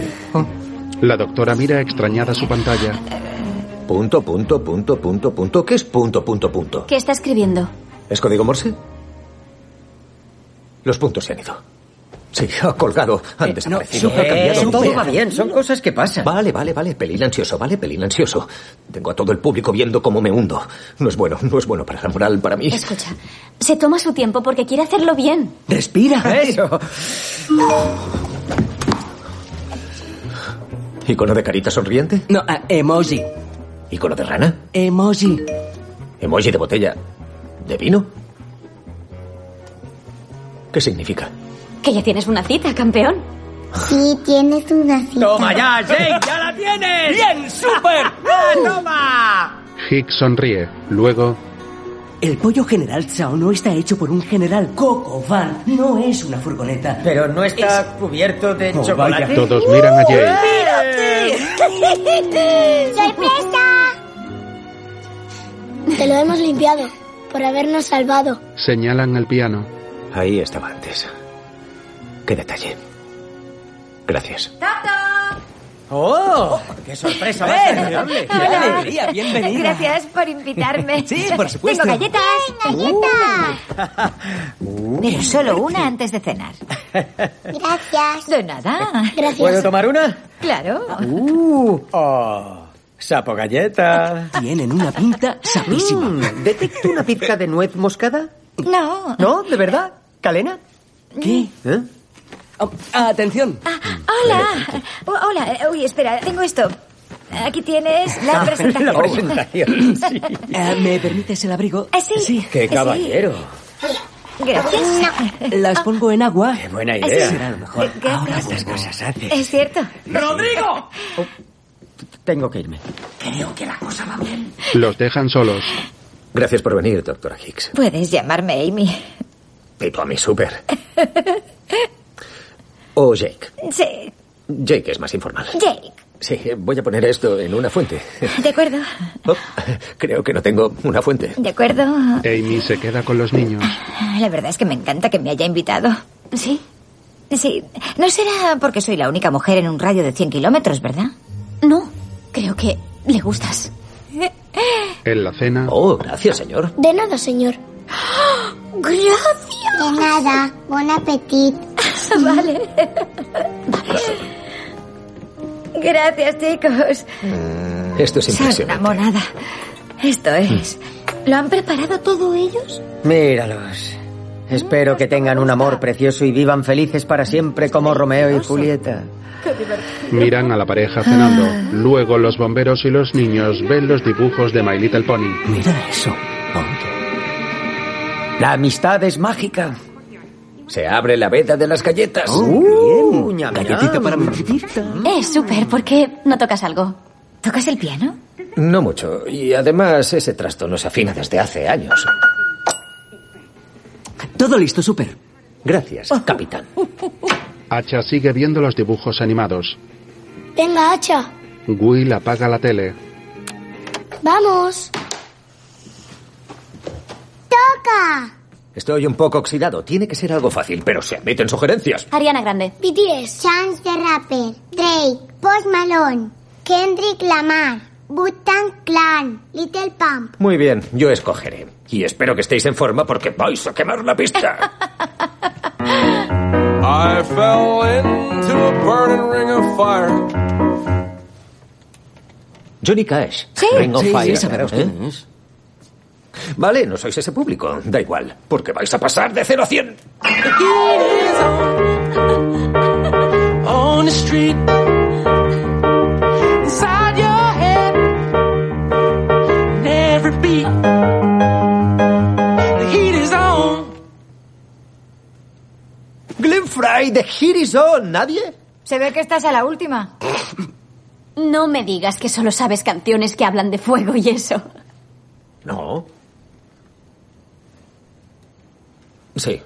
[SPEAKER 3] La doctora mira extrañada su pantalla.
[SPEAKER 4] Punto, punto, punto, punto, punto. ¿Qué es punto, punto, punto?
[SPEAKER 19] ¿Qué está escribiendo?
[SPEAKER 4] ¿Es código Morse? Los puntos se han ido. Sí, ha colgado. Han desaparecido.
[SPEAKER 14] Super,
[SPEAKER 4] ha cambiado.
[SPEAKER 14] eh, todo va bien, son cosas que pasan.
[SPEAKER 4] Vale, vale, vale. Pelín ansioso, vale, pelín ansioso. Tengo a todo el público viendo cómo me hundo. No es bueno, no es bueno para la moral, para mí.
[SPEAKER 19] Escucha, se toma su tiempo porque quiere hacerlo bien.
[SPEAKER 4] *laughs*
[SPEAKER 14] Respira. Eso.
[SPEAKER 4] ¿Icono de carita sonriente?
[SPEAKER 7] No,
[SPEAKER 14] eh,
[SPEAKER 7] ah, emoji.
[SPEAKER 4] ¿Icono de rana?
[SPEAKER 7] Emoji.
[SPEAKER 4] ¿Emoji de botella? ¿De vino? ¿Qué significa?
[SPEAKER 19] Que ya tienes una cita, campeón.
[SPEAKER 17] Sí, tienes una cita.
[SPEAKER 14] Toma ya, Jake, ya la tienes. Bien, super. toma.
[SPEAKER 3] Hicks sonríe. Luego,
[SPEAKER 7] El pollo general Chao no está hecho por un general Coco Van. No es una furgoneta.
[SPEAKER 14] Pero no está cubierto de
[SPEAKER 7] Oh,
[SPEAKER 14] chocolate. ¡Uh!
[SPEAKER 7] vaya.
[SPEAKER 3] todos miran a Jake.
[SPEAKER 17] *laughs* ¡Sorpresa! Te lo hemos limpiado por habernos salvado.
[SPEAKER 3] Señalan el piano.
[SPEAKER 4] Ahí estaba antes. Qué detalle. Gracias.
[SPEAKER 14] ¡Oh! ¡Qué *laughs* sorpresa más agradable! ¡Qué
[SPEAKER 16] Hola.
[SPEAKER 14] alegría! ¡Bienvenida!
[SPEAKER 16] Gracias por invitarme.
[SPEAKER 7] Sí, por supuesto.
[SPEAKER 16] Tengo galletas. Pero solo una antes de cenar.
[SPEAKER 17] Gracias.
[SPEAKER 16] De nada.
[SPEAKER 14] ¿Puedo tomar una?
[SPEAKER 16] Claro.
[SPEAKER 14] ¡Uh! ¡Oh! ¡Sapo galleta!
[SPEAKER 7] Tienen una pinta sapísima.
[SPEAKER 14] Mm, ¿Detecto una pizca de nuez moscada?
[SPEAKER 16] No.
[SPEAKER 14] ¿No? ¿De verdad? ¿Calena?
[SPEAKER 7] ¿Qué?
[SPEAKER 14] ¿Eh?
[SPEAKER 7] Oh, atención.
[SPEAKER 16] Hola. Oh, hola. Eh, Uy, espera, tengo esto. Aquí tienes la presentación.
[SPEAKER 14] Ah, *laughs* La
[SPEAKER 16] *laughs*
[SPEAKER 14] presentación, sí.
[SPEAKER 7] Ah, ¿Me permites el abrigo?
[SPEAKER 16] Ah, sí.
[SPEAKER 14] ¡Qué
[SPEAKER 16] Sí.
[SPEAKER 14] caballero! Ah.
[SPEAKER 16] Gracias.
[SPEAKER 7] Las pongo en agua.
[SPEAKER 14] ¡Qué buena
[SPEAKER 16] Ah, sí.
[SPEAKER 14] idea!
[SPEAKER 7] Será lo mejor.
[SPEAKER 16] Gracias.
[SPEAKER 7] Ahora
[SPEAKER 14] Las
[SPEAKER 7] vuelvo.
[SPEAKER 14] cosas haces.
[SPEAKER 16] Es cierto.
[SPEAKER 7] ¡Rodrigo!
[SPEAKER 14] Tengo que irme.
[SPEAKER 7] Creo que la cosa va bien.
[SPEAKER 3] Los dejan solos.
[SPEAKER 4] Gracias por venir, doctora Hicks.
[SPEAKER 16] Puedes llamarme Amy. *laughs*
[SPEAKER 4] Y tú a mí, súper. O Jake.
[SPEAKER 16] Sí.
[SPEAKER 4] Jake es más informal.
[SPEAKER 16] Jake.
[SPEAKER 4] Sí, voy a poner esto en una fuente. *laughs*
[SPEAKER 16] De acuerdo.
[SPEAKER 4] Oh, creo que no tengo una fuente.
[SPEAKER 16] De acuerdo.
[SPEAKER 3] Amy se queda con los niños.
[SPEAKER 16] La verdad es que me encanta que me haya invitado.
[SPEAKER 19] Sí.
[SPEAKER 16] Sí. No será porque soy la única mujer en un radio de 100 kilómetros, ¿verdad?
[SPEAKER 19] No, creo que le gustas.
[SPEAKER 3] En la cena,
[SPEAKER 4] Oh, gracias, señor.
[SPEAKER 17] De nada, señor. ¡Ah!
[SPEAKER 16] Gracias.
[SPEAKER 17] De nada. Buen *laughs* apetito.
[SPEAKER 16] Vale. Gracias, chicos.
[SPEAKER 4] Esto es
[SPEAKER 16] Son una
[SPEAKER 4] impresionante.
[SPEAKER 16] monada. Esto es.
[SPEAKER 14] Mm.
[SPEAKER 16] ¿Lo han preparado todo ellos?
[SPEAKER 14] Míralos. Espero que tengan un amor precioso y vivan felices para siempre como Romeo y Julieta.
[SPEAKER 3] miran a la pareja cenando. Luego, los bomberos y los niños ven los dibujos de My Little Pony.
[SPEAKER 7] Mira eso.
[SPEAKER 14] La amistad es mágica.
[SPEAKER 4] Se abre la veda de las galletas.
[SPEAKER 14] Uh, ñam,
[SPEAKER 7] Galletita
[SPEAKER 14] ñam.
[SPEAKER 7] para mi chiquita.
[SPEAKER 19] Eh, súper, ¿por qué no tocas algo?
[SPEAKER 16] ¿Tocas el piano?
[SPEAKER 4] No mucho. Y además, ese trasto no se afina desde hace años.
[SPEAKER 7] Todo listo, Super.
[SPEAKER 4] Gracias, capitán.
[SPEAKER 3] Hacha sigue viendo los dibujos animados.
[SPEAKER 17] Venga, hacha.
[SPEAKER 3] Will apaga la tele.
[SPEAKER 17] Vamos. Toca.
[SPEAKER 4] Estoy un poco oxidado. Tiene que ser algo fácil, pero se admiten sugerencias.
[SPEAKER 19] Ariana Grande.
[SPEAKER 17] BTS. Chance the Rapper. Drake. Post Malone. Kendrick Lamar. Butan Clan. Little Pump.
[SPEAKER 4] Muy bien, yo escogeré. Y espero que estéis en forma porque vais a quemar la pista.
[SPEAKER 8] I fell into a burning ring of fire.
[SPEAKER 4] *laughs* Johnny Cash.
[SPEAKER 1] Sí.
[SPEAKER 4] Ring of
[SPEAKER 1] Sí, sí,
[SPEAKER 4] Fire.
[SPEAKER 1] sabemos
[SPEAKER 4] ¿eh? Vale, no sois ese público. Da igual, porque vais a pasar de 0 a 100.
[SPEAKER 8] *laughs* on the street inside your head and every beat the heat is on
[SPEAKER 4] Glenn Fry de Horizon. ¿Nadie?
[SPEAKER 1] Se ve que estás a la última.
[SPEAKER 19] No me digas que solo sabes canciones que hablan de fuego y eso.
[SPEAKER 4] No. Sí.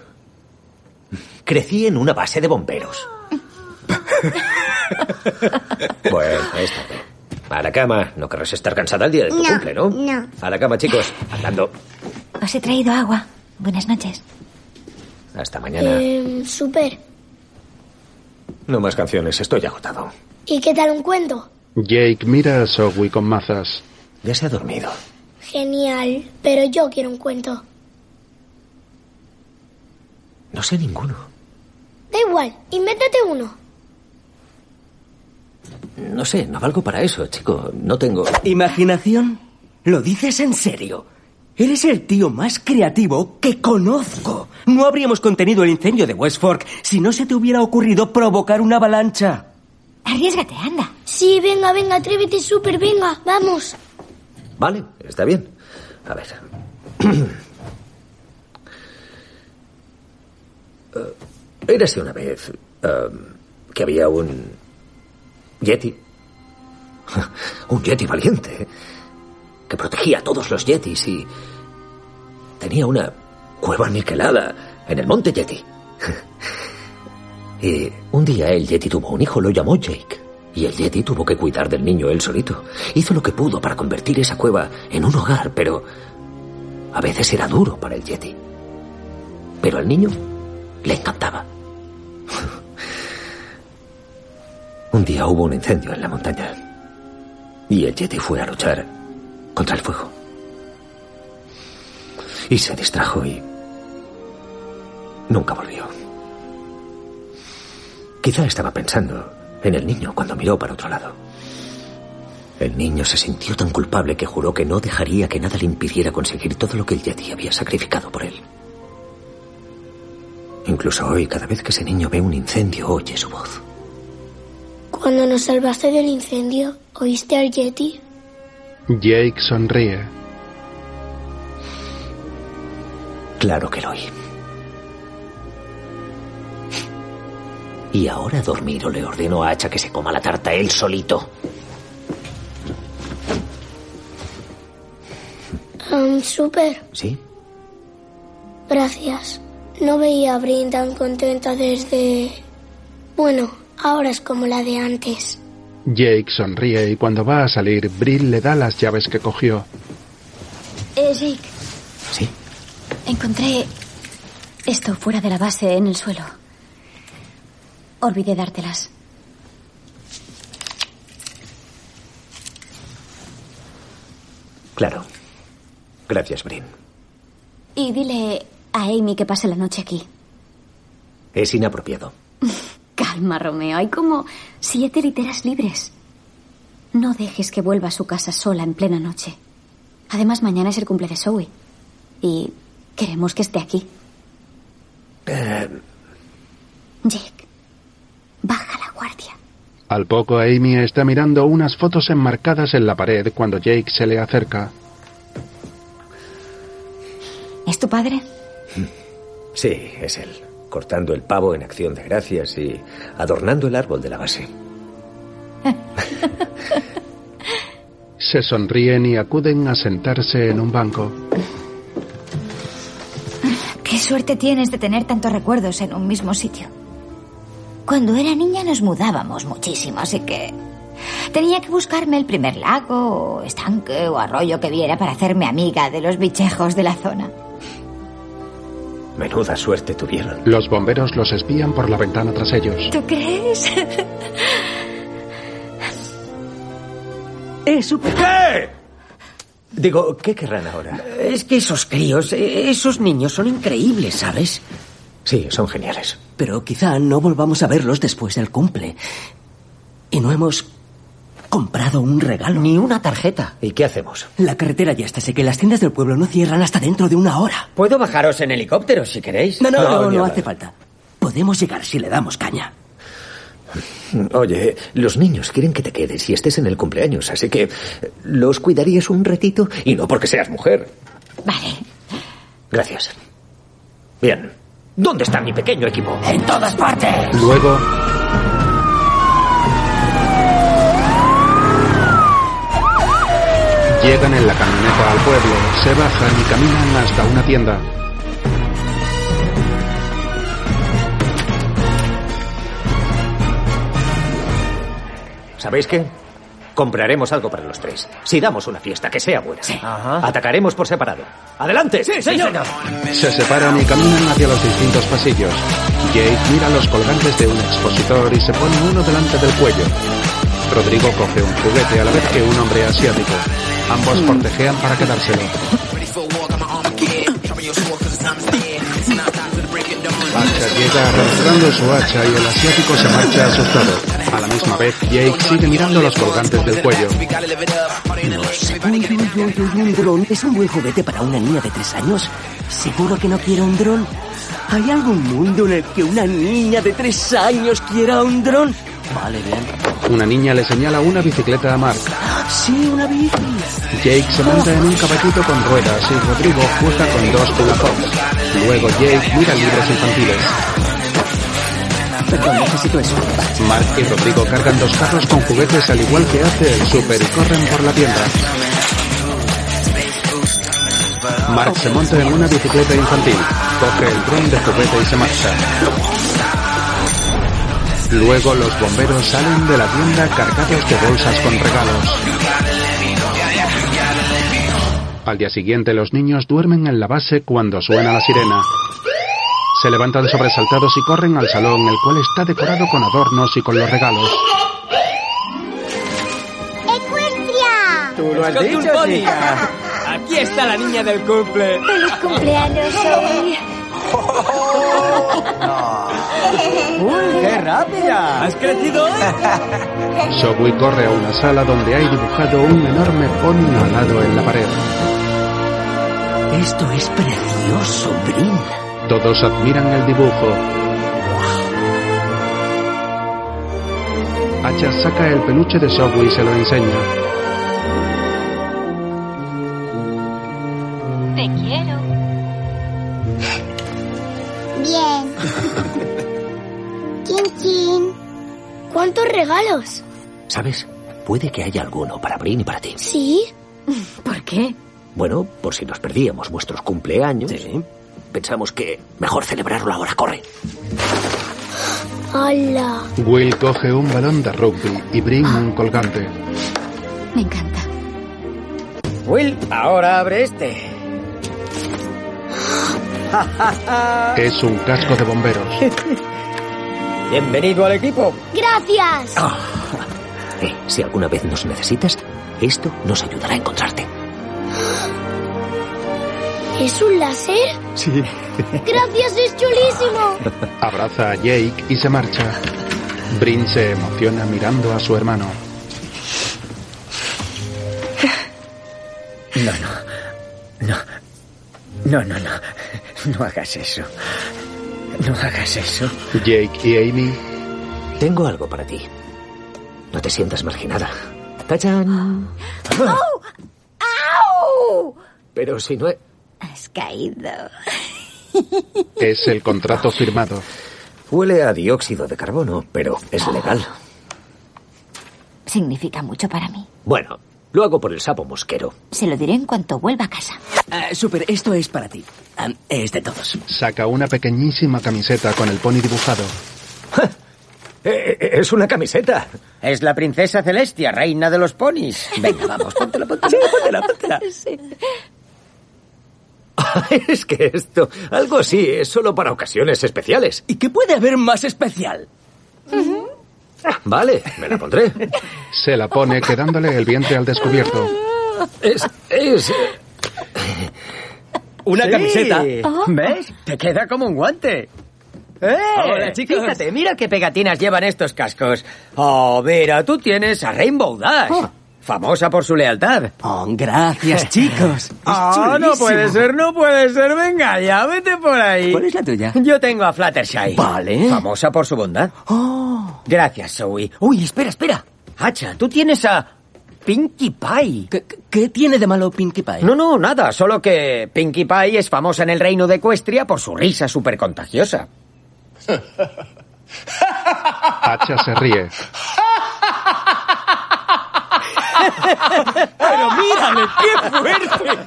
[SPEAKER 4] Crecí en una base de bomberos. *laughs* bueno, es tarde. A la cama. No querrás estar cansada el día de tu cumple, ¿no?
[SPEAKER 19] no.
[SPEAKER 4] A la cama, chicos. Andando.
[SPEAKER 19] Os he traído agua. Buenas noches.
[SPEAKER 4] Hasta
[SPEAKER 1] Eh,
[SPEAKER 4] mañana.
[SPEAKER 17] Em, super.
[SPEAKER 4] No más canciones. Estoy agotado.
[SPEAKER 17] ¿Y qué tal un cuento?
[SPEAKER 3] Jake mira a Zoe con mazas.
[SPEAKER 4] Ya se ha dormido.
[SPEAKER 17] Genial, pero yo quiero un cuento.
[SPEAKER 4] No sé ninguno.
[SPEAKER 17] Da igual, invéntate uno.
[SPEAKER 4] No sé, no valgo para eso, chico. No tengo.
[SPEAKER 7] ¿Imaginación? ¿Lo dices en serio? Eres el tío más creativo que conozco. No habríamos contenido el incendio de West Fork si no se te hubiera ocurrido provocar una avalancha.
[SPEAKER 17] Arriesgate, anda. Sí, venga, venga, atrévete, super, venga, vamos.
[SPEAKER 4] Vale, está bien. A ver. *clears throat* Eh, érase una vez eh, que había un Yeti. *laughs* un Yeti valiente. ¿eh? Que protegía a todos los Yetis y. tenía una cueva aniquilada en el monte Yeti. *laughs* y un día el Yeti tuvo un hijo, lo llamó Jake. Y el Yeti tuvo que cuidar del niño él solito. Hizo lo que pudo para convertir esa cueva en un hogar, pero a veces era duro para el Yeti. Pero al niño le encantaba. *laughs* un día hubo un incendio en la montaña. Y el Yeti fue a luchar contra el fuego. Y se distrajo y nunca volvió. Quizá estaba pensando en el niño cuando miró para otro lado. El niño se sintió tan culpable que juró que no dejaría que nada le impidiera conseguir todo lo que el Yeti había sacrificado por él. Incluso hoy, cada vez que ese niño ve un incendio, oye su voz.
[SPEAKER 17] Cuando nos salvaste del incendio, ¿oíste al Yeti?
[SPEAKER 3] Jake sonríe.
[SPEAKER 4] Claro que lo oí. Y ahora Dormiro le ordenó a Hacha que se coma la tarta él solito.
[SPEAKER 17] Am, super,
[SPEAKER 4] ¿Sí?
[SPEAKER 17] gracias. No veía a Brin tan contenta desde... Bueno, ahora es como la de antes.
[SPEAKER 3] Jake sonríe y cuando va a salir, Brill le da las llaves que cogió.
[SPEAKER 19] Eh, Jake.
[SPEAKER 4] Sí.
[SPEAKER 19] Encontré esto fuera de la base en el suelo. Olvidé dártelas.
[SPEAKER 4] Claro. Gracias, Brin.
[SPEAKER 19] Y dile a Amy que pase la noche aquí.
[SPEAKER 4] Es inapropiado.
[SPEAKER 19] Calma, Romeo. Hay como siete literas libres. No dejes que vuelva a su casa sola en plena noche. Además, mañana es el cumple de Zoe. Y queremos que esté aquí. Jake, baja la guardia.
[SPEAKER 3] Al poco, Amy está mirando unas fotos enmarcadas en la pared cuando Jake se le acerca.
[SPEAKER 1] ¿Es tu padre?
[SPEAKER 4] Sí, es él. Cortando el pavo en acción de gracias y adornando el árbol de la base.
[SPEAKER 3] Se sonríen y acuden a sentarse en un banco.
[SPEAKER 16] Qué suerte tienes de tener tantos recuerdos en un mismo sitio. Cuando era niña nos mudábamos muchísimo, así que tenía que buscarme el primer lago, o estanque o arroyo que viera para hacerme amiga de los bichejos de la zona.
[SPEAKER 4] Menuda suerte tuvieron.
[SPEAKER 3] Los bomberos los espían por la ventana tras ellos.
[SPEAKER 16] ¿Tú crees?
[SPEAKER 7] Es súper...
[SPEAKER 30] ¿Qué?
[SPEAKER 4] Digo, ¿qué querrán ahora?
[SPEAKER 10] Es que esos críos,
[SPEAKER 7] e-,
[SPEAKER 10] eh, esos niños son increíbles, ¿sabes?
[SPEAKER 4] Sí, son geniales.
[SPEAKER 7] Pero quizá no volvamos a verlos después del cumple. Y no hemos comprado un regalo.
[SPEAKER 10] Ni una tarjeta.
[SPEAKER 4] ¿Y qué hacemos?
[SPEAKER 7] La carretera ya está seca y las tiendas del pueblo no cierran hasta dentro de una hora.
[SPEAKER 10] Puedo bajaros en helicóptero si queréis.
[SPEAKER 14] Ah,
[SPEAKER 7] No, no, no, no, hace falta. Podemos llegar si le damos caña.
[SPEAKER 4] Oye, los niños quieren que te quedes y estés en el cumpleaños, así que eh, los cuidarías un ratito y no porque seas mujer.
[SPEAKER 16] *laughs* Vale.
[SPEAKER 4] Gracias. Bien. ¿Dónde está mi pequeño equipo?
[SPEAKER 10] ¡En todas partes!
[SPEAKER 3] Luego, Llegan en la camioneta al pueblo, se bajan y caminan hasta una tienda.
[SPEAKER 30] ¿Sabéis qué? Compraremos algo para los tres. Si damos una fiesta, que sea buena. Atacaremos por separado. ¡Adelante! ¡Sí, señor!
[SPEAKER 3] Se separan y caminan hacia los distintos pasillos. Jake mira los colgantes de un expositor y se pone uno delante del cuello. Rodrigo coge un juguete a la vez que un hombre asiático. Ambos cortejean para quedárselo. Hacha llega arrastrando su hacha y el asiático se marcha asustado. A la misma vez, Jake sigue mirando los colgantes del cuello.
[SPEAKER 7] Uy, uy, uy, uy, un dron. ¿Es un buen juguete para una niña de tres años? ¿Seguro que no quiere un dron? ¿Hay algún mundo en el que una niña de tres años quiera un dron? Vale, bien.
[SPEAKER 3] Una niña le señala una bicicleta a Mark.
[SPEAKER 7] Sí, una bici.
[SPEAKER 3] Jake se monta en un caballito con ruedas y Rodrigo juega con dos culazones. Luego Jake mira libros infantiles.
[SPEAKER 7] Perdón, necesito eso.
[SPEAKER 3] Mark y Rodrigo cargan dos carros con juguetes al igual que hace el super y corren por la tienda. Mark se monta en una bicicleta infantil, coge el dron de juguete y se marcha. Luego los bomberos salen de la tienda cargados de bolsas con regalos. Al día siguiente los niños duermen en la base cuando suena la sirena. Se levantan sobresaltados y corren al salón, el cual está decorado con adornos y con los regalos.
[SPEAKER 31] ¡Ecuestria!
[SPEAKER 10] ¡Tú lo has dicho, tía. Aquí está la niña del cumple.
[SPEAKER 17] ¡Feliz cumpleaños, Zoe!
[SPEAKER 10] *laughs* ¡Uy, qué rápida!
[SPEAKER 7] ¿Has
[SPEAKER 10] *laughs*
[SPEAKER 7] crecido?
[SPEAKER 3] Shogui corre a una sala donde hay dibujado un enorme pony alado en la pared.
[SPEAKER 7] Esto es precioso, Brin.
[SPEAKER 3] Todos admiran el dibujo. Hacha saca el peluche de Shogui y se lo enseña.
[SPEAKER 32] Te quiero.
[SPEAKER 17] Bien. Chin, chin. ¿Cuántos regalos?
[SPEAKER 4] ¿Sabes? Puede que haya alguno para Brin y para ti.
[SPEAKER 17] ¿Sí?
[SPEAKER 32] ¿Por qué?
[SPEAKER 4] Bueno, por si nos perdíamos vuestros cumpleaños, pensamos que mejor celebrarlo ahora. Corre.
[SPEAKER 17] ¡Hala!
[SPEAKER 3] Will coge un balón de rugby y Brin un colgante.
[SPEAKER 32] Me encanta.
[SPEAKER 10] Will, ahora
[SPEAKER 4] *gasps*
[SPEAKER 10] abre este.
[SPEAKER 3] Es un casco de bomberos.
[SPEAKER 10] Bienvenido al equipo.
[SPEAKER 17] ¡Gracias!
[SPEAKER 4] Ah. Eh, si alguna vez nos necesitas, esto nos ayudará a encontrarte.
[SPEAKER 17] ¿Es un láser?
[SPEAKER 3] Sí.
[SPEAKER 17] ¡Gracias, es chulísimo!
[SPEAKER 3] Abraza a Jake y se marcha. Brin se emociona mirando a su hermano.
[SPEAKER 10] No, no. No. No, no, no. No hagas eso. No hagas eso.
[SPEAKER 3] Jake y Amy
[SPEAKER 4] Tengo algo para ti. No te sientas marginada. ¡Tachán!
[SPEAKER 16] Oh. ¡Au!
[SPEAKER 4] Pero si no he...
[SPEAKER 16] Has caído.
[SPEAKER 3] es el contrato firmado.
[SPEAKER 4] Huele a dióxido de carbono, pero es legal.
[SPEAKER 16] Significa mucho para mí.
[SPEAKER 4] Bueno, lo hago por el sapo mosquero.
[SPEAKER 16] Se lo diré en cuanto vuelva a casa.
[SPEAKER 7] Ah, super, esto es para ti. Um, es de todos.
[SPEAKER 3] Saca una pequeñísima camiseta con el pony dibujado.
[SPEAKER 4] Eh, Es una camiseta.
[SPEAKER 14] Es la princesa Celestia, reina de los ponis. Venga, vamos, póntela, póntela.
[SPEAKER 4] Sí, póntela, póntela.
[SPEAKER 19] Sí.
[SPEAKER 14] *laughs*
[SPEAKER 4] es que esto, algo así, es solo para ocasiones especiales.
[SPEAKER 7] ¿Y qué puede haber más especial?
[SPEAKER 4] Vale, me la pondré.
[SPEAKER 3] Se la pone quedándole el vientre al descubierto.
[SPEAKER 4] Es. es.
[SPEAKER 14] eh, Una
[SPEAKER 4] camiseta.
[SPEAKER 10] Ah.
[SPEAKER 14] ¿Ves? Te queda como un guante. ¡Eh!
[SPEAKER 33] Hola, chicos.
[SPEAKER 14] Fíjate, mira qué pegatinas llevan estos cascos. Oh, mira, tú tienes a Rainbow Dash.
[SPEAKER 4] Ah.
[SPEAKER 14] Famosa por su lealtad.
[SPEAKER 7] Oh,
[SPEAKER 14] *laughs*
[SPEAKER 7] gracias, chicos. Es
[SPEAKER 14] Ah, no
[SPEAKER 7] chulísimo.
[SPEAKER 14] puede ser, no puede ser. Venga, ya vete por ahí.
[SPEAKER 7] ¿Cuál es la tuya?
[SPEAKER 14] Yo tengo a Fluttershy. Vale. Ah. Famosa por su bondad.
[SPEAKER 7] Oh.
[SPEAKER 14] Gracias, Zoe. Uy, espera, espera. Hacha, tú tienes a Pinkie Pie.
[SPEAKER 7] ¿Qué, qué tiene de malo Pinkie Pie?
[SPEAKER 14] No, no, nada, solo que Pinkie Pie es famosa en el reino de Ecuestria por su risa súper
[SPEAKER 10] *laughs*
[SPEAKER 14] contagiosa.
[SPEAKER 3] Hacha se ríe.
[SPEAKER 14] ¡Pero mírale, qué
[SPEAKER 10] *laughs*
[SPEAKER 14] fuerte!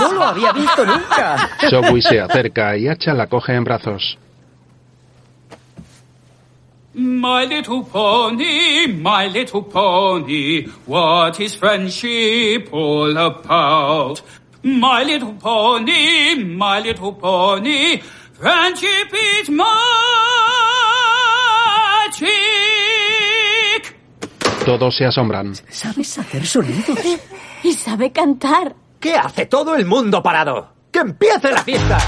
[SPEAKER 14] No lo había visto nunca.
[SPEAKER 3] Shogui se acerca y Hacha la coge en brazos.
[SPEAKER 5] My little pony, my little pony, what is friendship all about? My little pony, my little pony, friendship is magic.
[SPEAKER 3] Todos se asombran.
[SPEAKER 7] ¿Sabes hacer sonidos?
[SPEAKER 34] *laughs* Y sabe cantar.
[SPEAKER 14] ¿Qué hace todo el mundo parado? ¡Que empiece la fiesta!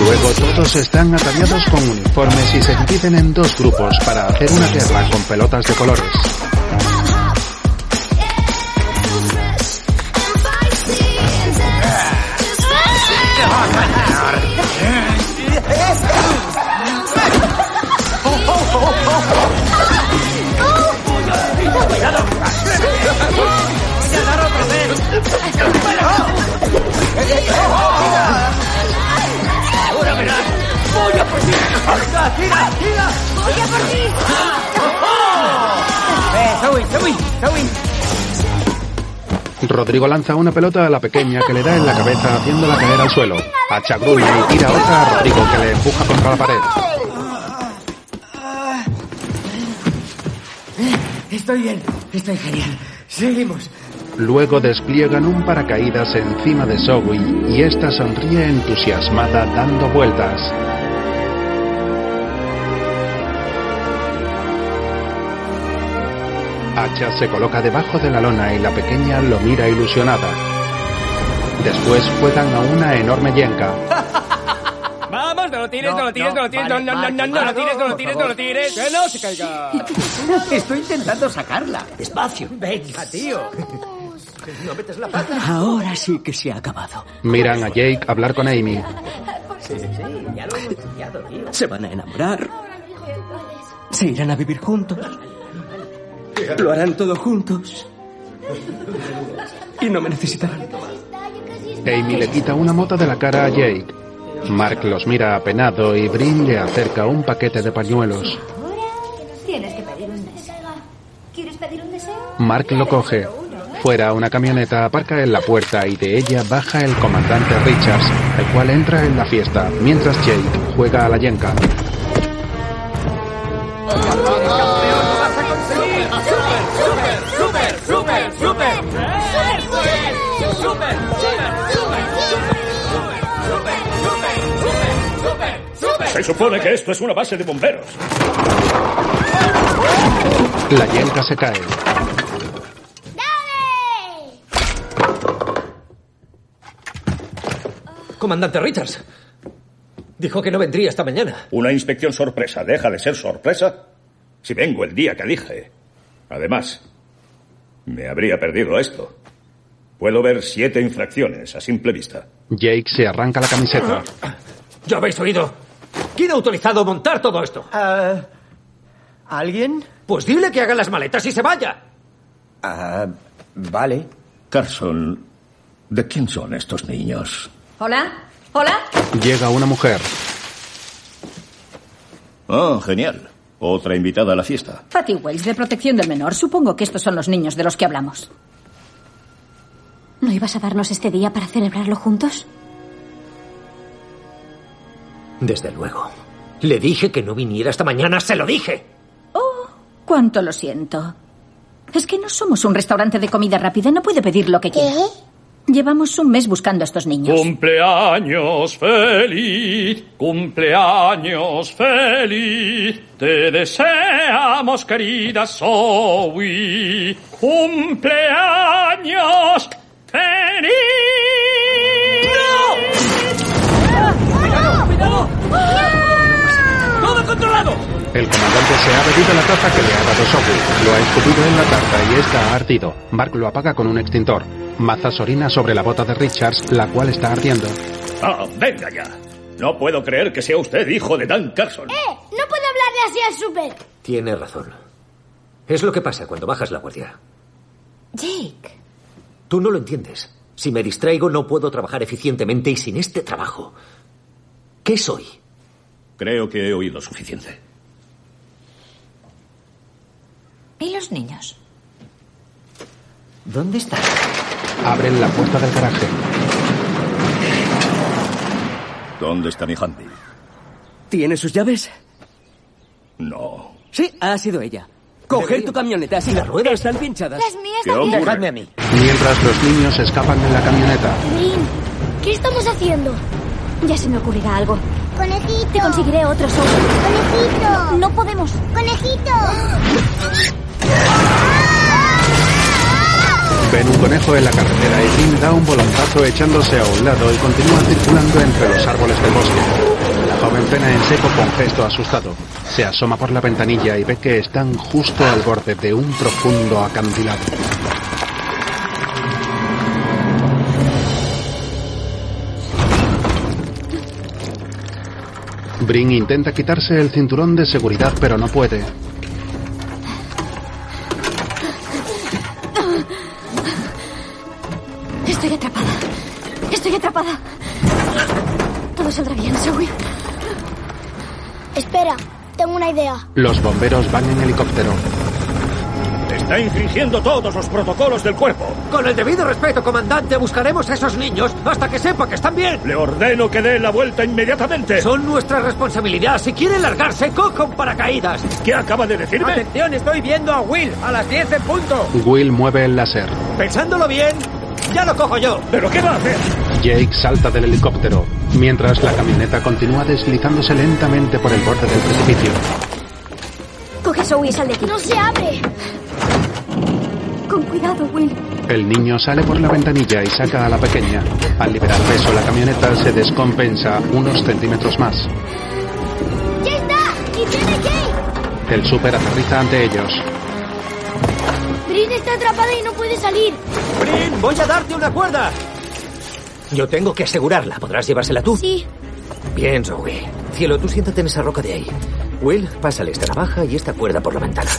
[SPEAKER 3] Luego todos están ataviados con uniformes y se dividen en dos grupos para hacer una guerra con pelotas de colores.
[SPEAKER 14] ¡Eh, Zoe, Zoe, Zoe!
[SPEAKER 3] Rodrigo lanza una pelota a la pequeña que le da en la cabeza haciéndola caer al suelo. Hacha gruñe y tira otra a Rodrigo que le empuja contra la pared.
[SPEAKER 35] Estoy bien, estoy genial. Seguimos.
[SPEAKER 3] Luego despliegan un paracaídas encima de Zoe y esta sonríe entusiasmada dando vueltas. Hacha se coloca debajo de la lona y la pequeña lo mira ilusionada. Después juegan a una enorme yenca.
[SPEAKER 10] Vamos, no lo tires, no, lo tires, no, lo tires, no, no, no, no, no lo tires, no lo tires, no lo tires, que no se *laughs* caiga.
[SPEAKER 14] Estoy intentando sacarla.
[SPEAKER 4] Despacio.
[SPEAKER 14] Venga, tío. No metes la pata.
[SPEAKER 7] Ahora sí que se ha acabado.
[SPEAKER 3] Miran a Jake hablar con Amy.
[SPEAKER 14] Ya lo hemos estudiado, tío.
[SPEAKER 7] Se van a enamorar. Se irán a vivir juntos. Lo harán todo juntos. Y no me necesitarán.
[SPEAKER 3] Amy le quita una mota de la cara a Jake. Mark los mira apenado y Brin le acerca un paquete de pañuelos.
[SPEAKER 16] Tienes que pedir un deseo. ¿Quieres pedir un deseo?
[SPEAKER 3] Mark lo coge. Fuera, una camioneta aparca en la puerta y de ella baja el comandante Richards, el cual entra en la fiesta, mientras Jake juega a la yenka.
[SPEAKER 9] Se supone que esto es una base de bomberos.
[SPEAKER 3] La yenka se cae.
[SPEAKER 14] Comandante Richards. Dijo que no vendría esta mañana.
[SPEAKER 9] Una inspección sorpresa deja de ser sorpresa si vengo el día que dije. Además, me habría perdido esto. Puedo ver siete infracciones a simple vista.
[SPEAKER 3] Jake se arranca la camiseta.
[SPEAKER 14] ¿Ya habéis oído? ¿Quién ha autorizado montar todo esto?
[SPEAKER 7] Ah,
[SPEAKER 33] ¿Alguien?
[SPEAKER 14] Pues dile que haga las maletas y se vaya.
[SPEAKER 33] vale.
[SPEAKER 9] Carson, ¿de quién son estos niños?
[SPEAKER 23] ¿Hola? ¿Hola?
[SPEAKER 3] Llega una mujer.
[SPEAKER 9] Oh, genial. Otra invitada a la fiesta.
[SPEAKER 23] Fatty Wells, de protección del menor. Supongo que estos son los niños de los que hablamos.
[SPEAKER 19] ¿No ibas a darnos este día para celebrarlo juntos?
[SPEAKER 4] Desde luego. Le dije que no viniera esta mañana, se lo dije.
[SPEAKER 23] Oh, cuánto lo siento. Es que no somos un restaurante de comida rápida, no puede pedir lo que quiera. Llevamos un mes buscando a estos niños.
[SPEAKER 24] Cumpleaños feliz, cumpleaños feliz. Te deseamos, querida Zoe. Cumpleaños feliz.
[SPEAKER 8] ¡Todo controlado!
[SPEAKER 3] El comandante se ha bebido la taza que le ha dado Sophie, lo ha escupido en la tarta y esta ha ardido. Mark lo apaga con un extintor. Mazas orina sobre la bota de Richards, la cual está ardiendo.
[SPEAKER 9] Ah, venga ya. No puedo creer que sea usted hijo de Dan Carson.
[SPEAKER 2] ¡Eh! No puedo hablarle así al súper.
[SPEAKER 36] Tiene razón. Es lo que pasa cuando bajas la guardia.
[SPEAKER 2] Jake.
[SPEAKER 36] Tú no lo entiendes. Si me distraigo no puedo trabajar eficientemente y sin este trabajo. ¿Qué soy?
[SPEAKER 9] Creo que he oído suficiente.
[SPEAKER 1] ¿Y los niños?
[SPEAKER 14] ¿Dónde están?
[SPEAKER 3] Abren la puerta del garaje.
[SPEAKER 9] ¿Dónde está mi handy?
[SPEAKER 7] ¿Tiene sus llaves?
[SPEAKER 9] No.
[SPEAKER 7] Sí, ha sido ella. Coger tu camioneta, si las ruedas están pinchadas.
[SPEAKER 2] Las mías
[SPEAKER 3] ¿Qué
[SPEAKER 2] también.
[SPEAKER 3] ocurre? Dejadme a mí. Mientras los niños escapan de la camioneta,
[SPEAKER 17] Green, ¿qué estamos haciendo?
[SPEAKER 19] Ya se me ocurrirá algo.
[SPEAKER 2] Conejito. Te
[SPEAKER 19] conseguiré otro sobre.
[SPEAKER 2] Conejito.
[SPEAKER 19] No, no podemos.
[SPEAKER 2] Conejito.
[SPEAKER 3] ven un conejo en la carretera y Jim da un volantazo echándose a un lado y continúa circulando entre los árboles del bosque. La joven frena en seco con gesto asustado. Se asoma por la ventanilla y ve que están justo al borde de un profundo acantilado. Brin intenta quitarse el cinturón de seguridad, pero no puede.
[SPEAKER 19] Estoy atrapada. Estoy atrapada. Todo saldrá bien, Zoe.
[SPEAKER 17] Espera, tengo una idea.
[SPEAKER 3] Los bomberos van en helicóptero.
[SPEAKER 9] Está infringiendo todos los protocolos del cuerpo.
[SPEAKER 20] Con el debido respeto, comandante, buscaremos a esos niños hasta que sepa que están bien.
[SPEAKER 9] Le ordeno que dé la vuelta inmediatamente.
[SPEAKER 20] Son nuestra responsabilidad. Si quieren largarse, cojan paracaídas.
[SPEAKER 9] ¿Qué acaba de decirme?
[SPEAKER 20] Atención, estoy viendo a Will a las 10 en punto.
[SPEAKER 3] Will mueve el láser.
[SPEAKER 20] Pensándolo bien, ya lo cojo yo.
[SPEAKER 9] ¿Pero qué va a hacer?
[SPEAKER 3] Jake salta del helicóptero, mientras la camioneta continúa deslizándose lentamente por el borde del precipicio.
[SPEAKER 19] Coge a Zoe y sal de aquí.
[SPEAKER 17] No se abre.
[SPEAKER 19] Con cuidado, Will.
[SPEAKER 3] El niño sale por la ventanilla y saca a la pequeña. Al liberar peso, la camioneta se descompensa unos centímetros más.
[SPEAKER 2] ¡Ya está! ¡Y viene Jake!
[SPEAKER 3] El super aterriza ante ellos.
[SPEAKER 17] Green está atrapada y no puede salir.
[SPEAKER 20] Brin, voy a darte una cuerda.
[SPEAKER 36] Yo tengo que asegurarla. ¿Podrás llevársela tú?
[SPEAKER 17] Sí.
[SPEAKER 36] Bien, Zoe. Cielo, tú siéntate en esa roca de ahí. Will, pásale esta navaja y esta cuerda por la ventana.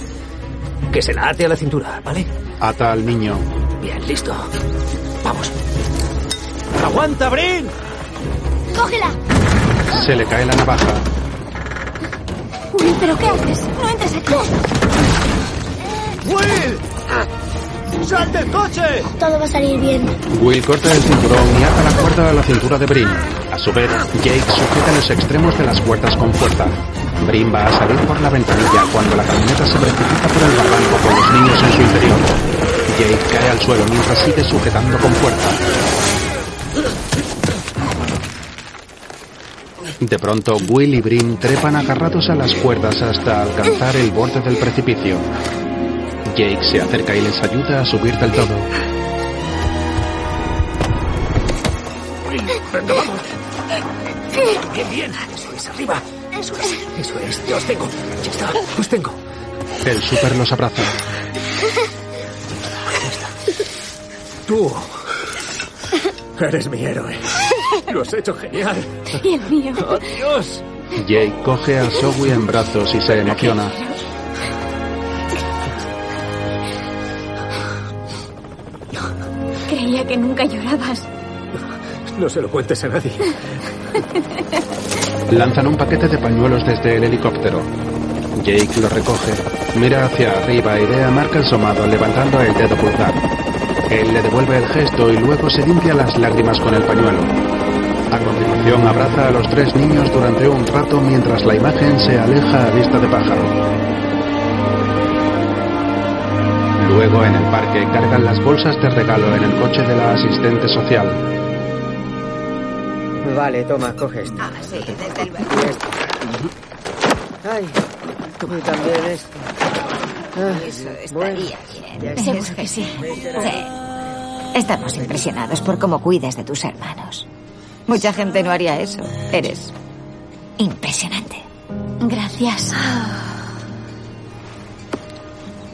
[SPEAKER 36] Que se la ate a la cintura, ¿vale?
[SPEAKER 3] Ata al niño.
[SPEAKER 36] Bien, listo. Vamos.
[SPEAKER 20] ¡Aguanta, Brin!
[SPEAKER 17] Cógela.
[SPEAKER 3] Se le cae la navaja.
[SPEAKER 19] Will, ¿pero qué haces? No entres aquí.
[SPEAKER 20] ¡Will! ¡Sal del coche!
[SPEAKER 17] Todo va a salir bien.
[SPEAKER 3] Will corta el cinturón y ata la cuerda a la cintura de Brin. A su vez, Jake sujeta los extremos de las cuerdas con fuerza. Brin va a salir por la ventanilla cuando la camioneta se precipita por el barranco con los niños en su interior. Jake cae al suelo mientras sigue sujetando con fuerza. De pronto, Will y Brin trepan agarrados a las cuerdas hasta alcanzar el borde del precipicio. Jake se acerca y les ayuda a subir del todo.
[SPEAKER 9] Will, venga, vamos.
[SPEAKER 36] ¡Qué bien! Eso es, arriba. Eso es, eso es. Yo os tengo. Ya está, os tengo.
[SPEAKER 3] El super los abraza.
[SPEAKER 36] Tú eres mi héroe. Lo has hecho genial.
[SPEAKER 19] Y el mío.
[SPEAKER 8] Pues,
[SPEAKER 36] Dios.
[SPEAKER 3] Jake coge a Zoe en brazos y se emociona.
[SPEAKER 19] Creía que nunca llorabas.
[SPEAKER 36] No se lo cuentes a nadie.
[SPEAKER 3] Lanzan un paquete de pañuelos desde el helicóptero. Jake lo recoge, mira hacia arriba y ve a Mark asomado levantando el dedo pulgar. Él le devuelve el gesto y luego se limpia las lágrimas con el pañuelo. A continuación abraza a los tres niños durante un rato mientras la imagen se aleja a vista de pájaro. Luego en el parque cargan las bolsas de regalo en el coche de la asistente social.
[SPEAKER 14] Vale, toma, coge esto. Ah, sí, desde luego. Ay, y también esto. Ah,
[SPEAKER 16] Eso estaría bien. Seguro que sí. Sí. Estamos impresionados por cómo cuidas de tus hermanos. Mucha gente no haría eso. Eres impresionante.
[SPEAKER 19] Gracias.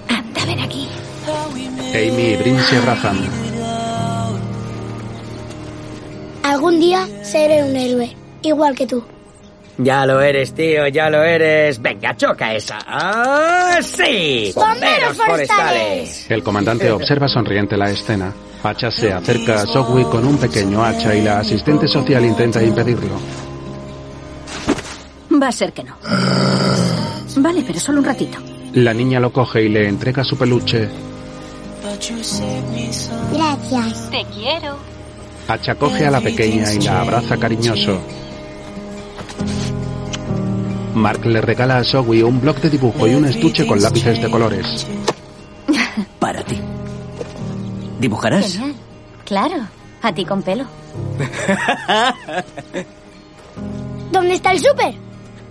[SPEAKER 16] Anda, ven aquí.
[SPEAKER 3] Amy y Brin se abrazan.
[SPEAKER 17] Algún día seré un héroe, igual que tú.
[SPEAKER 14] Ya lo eres, tío, ya lo eres. Venga, choca esa. ¡Ah, sí!
[SPEAKER 10] ¡Bomberos forestales!
[SPEAKER 3] El comandante observa sonriente la escena. Hacha se acerca a Sogui con un pequeño hacha y la asistente social intenta impedirlo.
[SPEAKER 23] Va a ser que no. Vale, pero solo un ratito.
[SPEAKER 3] La niña lo coge y le entrega su peluche.
[SPEAKER 17] Gracias.
[SPEAKER 19] Te quiero.
[SPEAKER 3] Hacha coge a la pequeña y la abraza cariñoso. Mark le regala a Sogui un bloc de dibujo y un estuche con lápices de colores.
[SPEAKER 7] Para ti. ¿Dibujarás?
[SPEAKER 19] Genial. Claro, a ti con pelo.
[SPEAKER 17] ¿Dónde está el súper?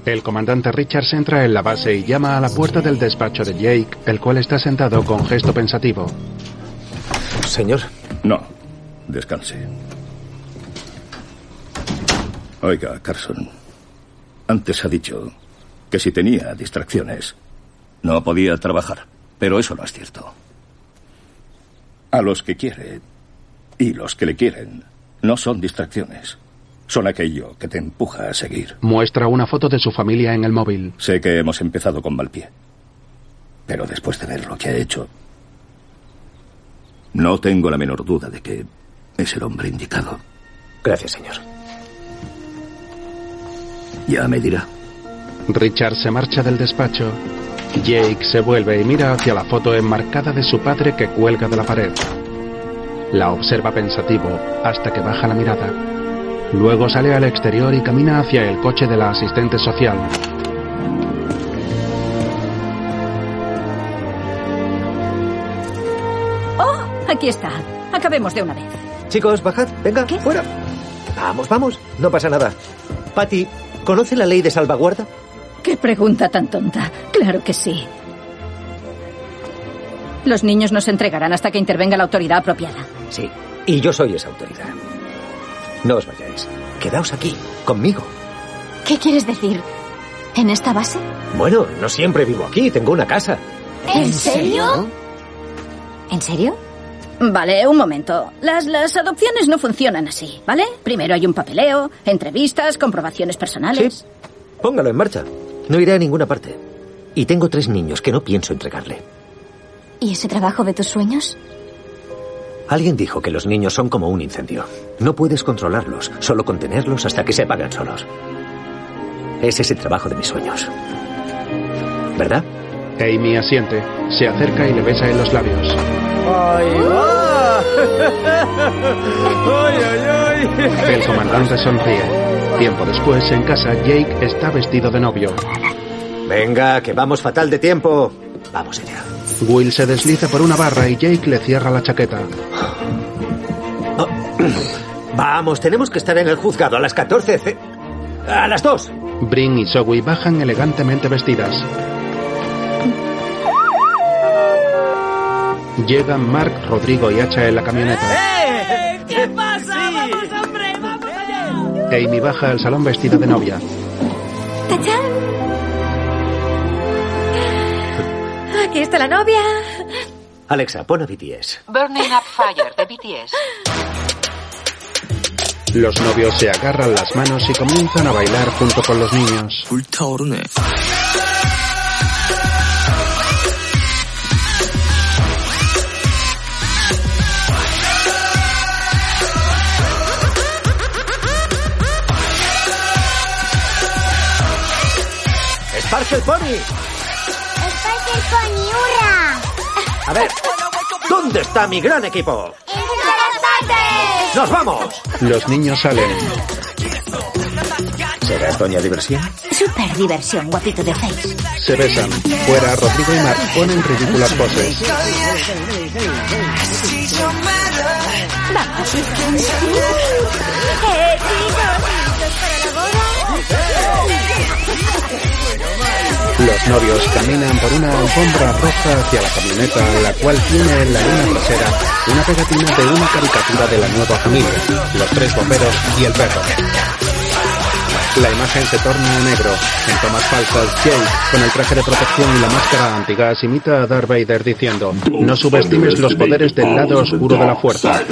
[SPEAKER 3] El comandante Richards entra en la base y llama a la puerta del despacho de Jake, el cual está sentado con gesto pensativo.
[SPEAKER 4] Señor.
[SPEAKER 9] No, descanse. Oiga, Carson. Antes ha dicho que si tenía distracciones, no podía trabajar. Pero eso no es cierto. A los que quiere y los que le quieren no son distracciones. Son aquello que te empuja a seguir.
[SPEAKER 3] Muestra una foto de su familia en el móvil.
[SPEAKER 9] Sé que hemos empezado con mal pie. Pero después de ver lo que ha hecho, no tengo la menor duda de que es el hombre indicado.
[SPEAKER 4] Gracias, señor.
[SPEAKER 9] Ya me dirá.
[SPEAKER 3] Richard se marcha del despacho. Jake se vuelve y mira hacia la foto enmarcada de su padre que cuelga de la pared. La observa pensativo hasta que baja la mirada. Luego sale al exterior y camina hacia el coche de la asistente social.
[SPEAKER 23] ¡Oh! Aquí está. Acabemos de una vez.
[SPEAKER 4] Chicos, bajad, venga, fuera. Vamos, vamos, no pasa nada. Patty, ¿conoce la ley de salvaguarda?
[SPEAKER 23] Qué pregunta tan tonta. Claro que sí. Los niños no se entregarán hasta que intervenga la autoridad apropiada.
[SPEAKER 4] Sí, y yo soy esa autoridad. No os vayáis. Quedaos aquí, conmigo.
[SPEAKER 19] ¿Qué quieres decir? ¿En esta base?
[SPEAKER 4] Bueno, no siempre vivo aquí, tengo una casa.
[SPEAKER 10] ¿En serio?
[SPEAKER 19] ¿En serio?
[SPEAKER 23] Vale, un momento. Las, las adopciones no funcionan así, ¿vale? Primero hay un papeleo, entrevistas, comprobaciones personales.
[SPEAKER 4] Póngalo en marcha. No iré a ninguna parte. Y tengo tres niños que no pienso entregarle.
[SPEAKER 19] ¿Y ese trabajo de tus sueños?
[SPEAKER 4] Alguien dijo que los niños son como un incendio. No puedes controlarlos, solo contenerlos hasta que se apagan solos. Es ese trabajo de mis sueños. ¿Verdad?
[SPEAKER 3] Amy asiente, se acerca y le besa en los labios.
[SPEAKER 14] ¡Ay, va! ¡Ay, ay, ay!
[SPEAKER 3] El comandante sonríe. Tiempo después, en casa, Jake está vestido de novio.
[SPEAKER 4] Venga, que vamos fatal de tiempo. Vamos allá.
[SPEAKER 3] Will se desliza por una barra y Jake le cierra la chaqueta.
[SPEAKER 4] Oh, Vamos, tenemos que estar en el juzgado a las 14. ce- A las 2.
[SPEAKER 3] Brin y Zoe bajan elegantemente vestidas. Llegan Mark, Rodrigo y Hacha en la camioneta.
[SPEAKER 10] ¿Qué pasa? ¡Vamos, hombre! ¡Vamos allá!
[SPEAKER 3] Amy baja al salón vestida de novia.
[SPEAKER 10] ¡Tachán!
[SPEAKER 37] Aquí está la novia.
[SPEAKER 4] Alexa, pon a BTS.
[SPEAKER 37] Burning Up Fire de BTS.
[SPEAKER 3] Los novios se agarran las manos y comienzan a bailar junto con los niños.
[SPEAKER 4] ¡Sparkle Pony!
[SPEAKER 10] ¡Está con Yura!
[SPEAKER 4] A ver. ¿Dónde está mi gran equipo? ¡Nos vamos!
[SPEAKER 3] Los niños salen.
[SPEAKER 38] ¿Serás doña diversión?
[SPEAKER 16] Super diversión, guapito de Face.
[SPEAKER 3] Se besan. Fuera, Rodrigo y Mark ponen ridículas poses.
[SPEAKER 10] Vamos, ¡Eh,
[SPEAKER 3] Los novios caminan por una alfombra roja hacia la camioneta, la cual tiene en la luna trasera una pegatina de una caricatura de la nueva familia, los tres bomberos y el perro. La imagen se torna a negro. En tomas falsas, Jake, con el traje de protección y la máscara antigas, imita a Darth Vader diciendo, no subestimes los poderes del lado oscuro de la fuerza.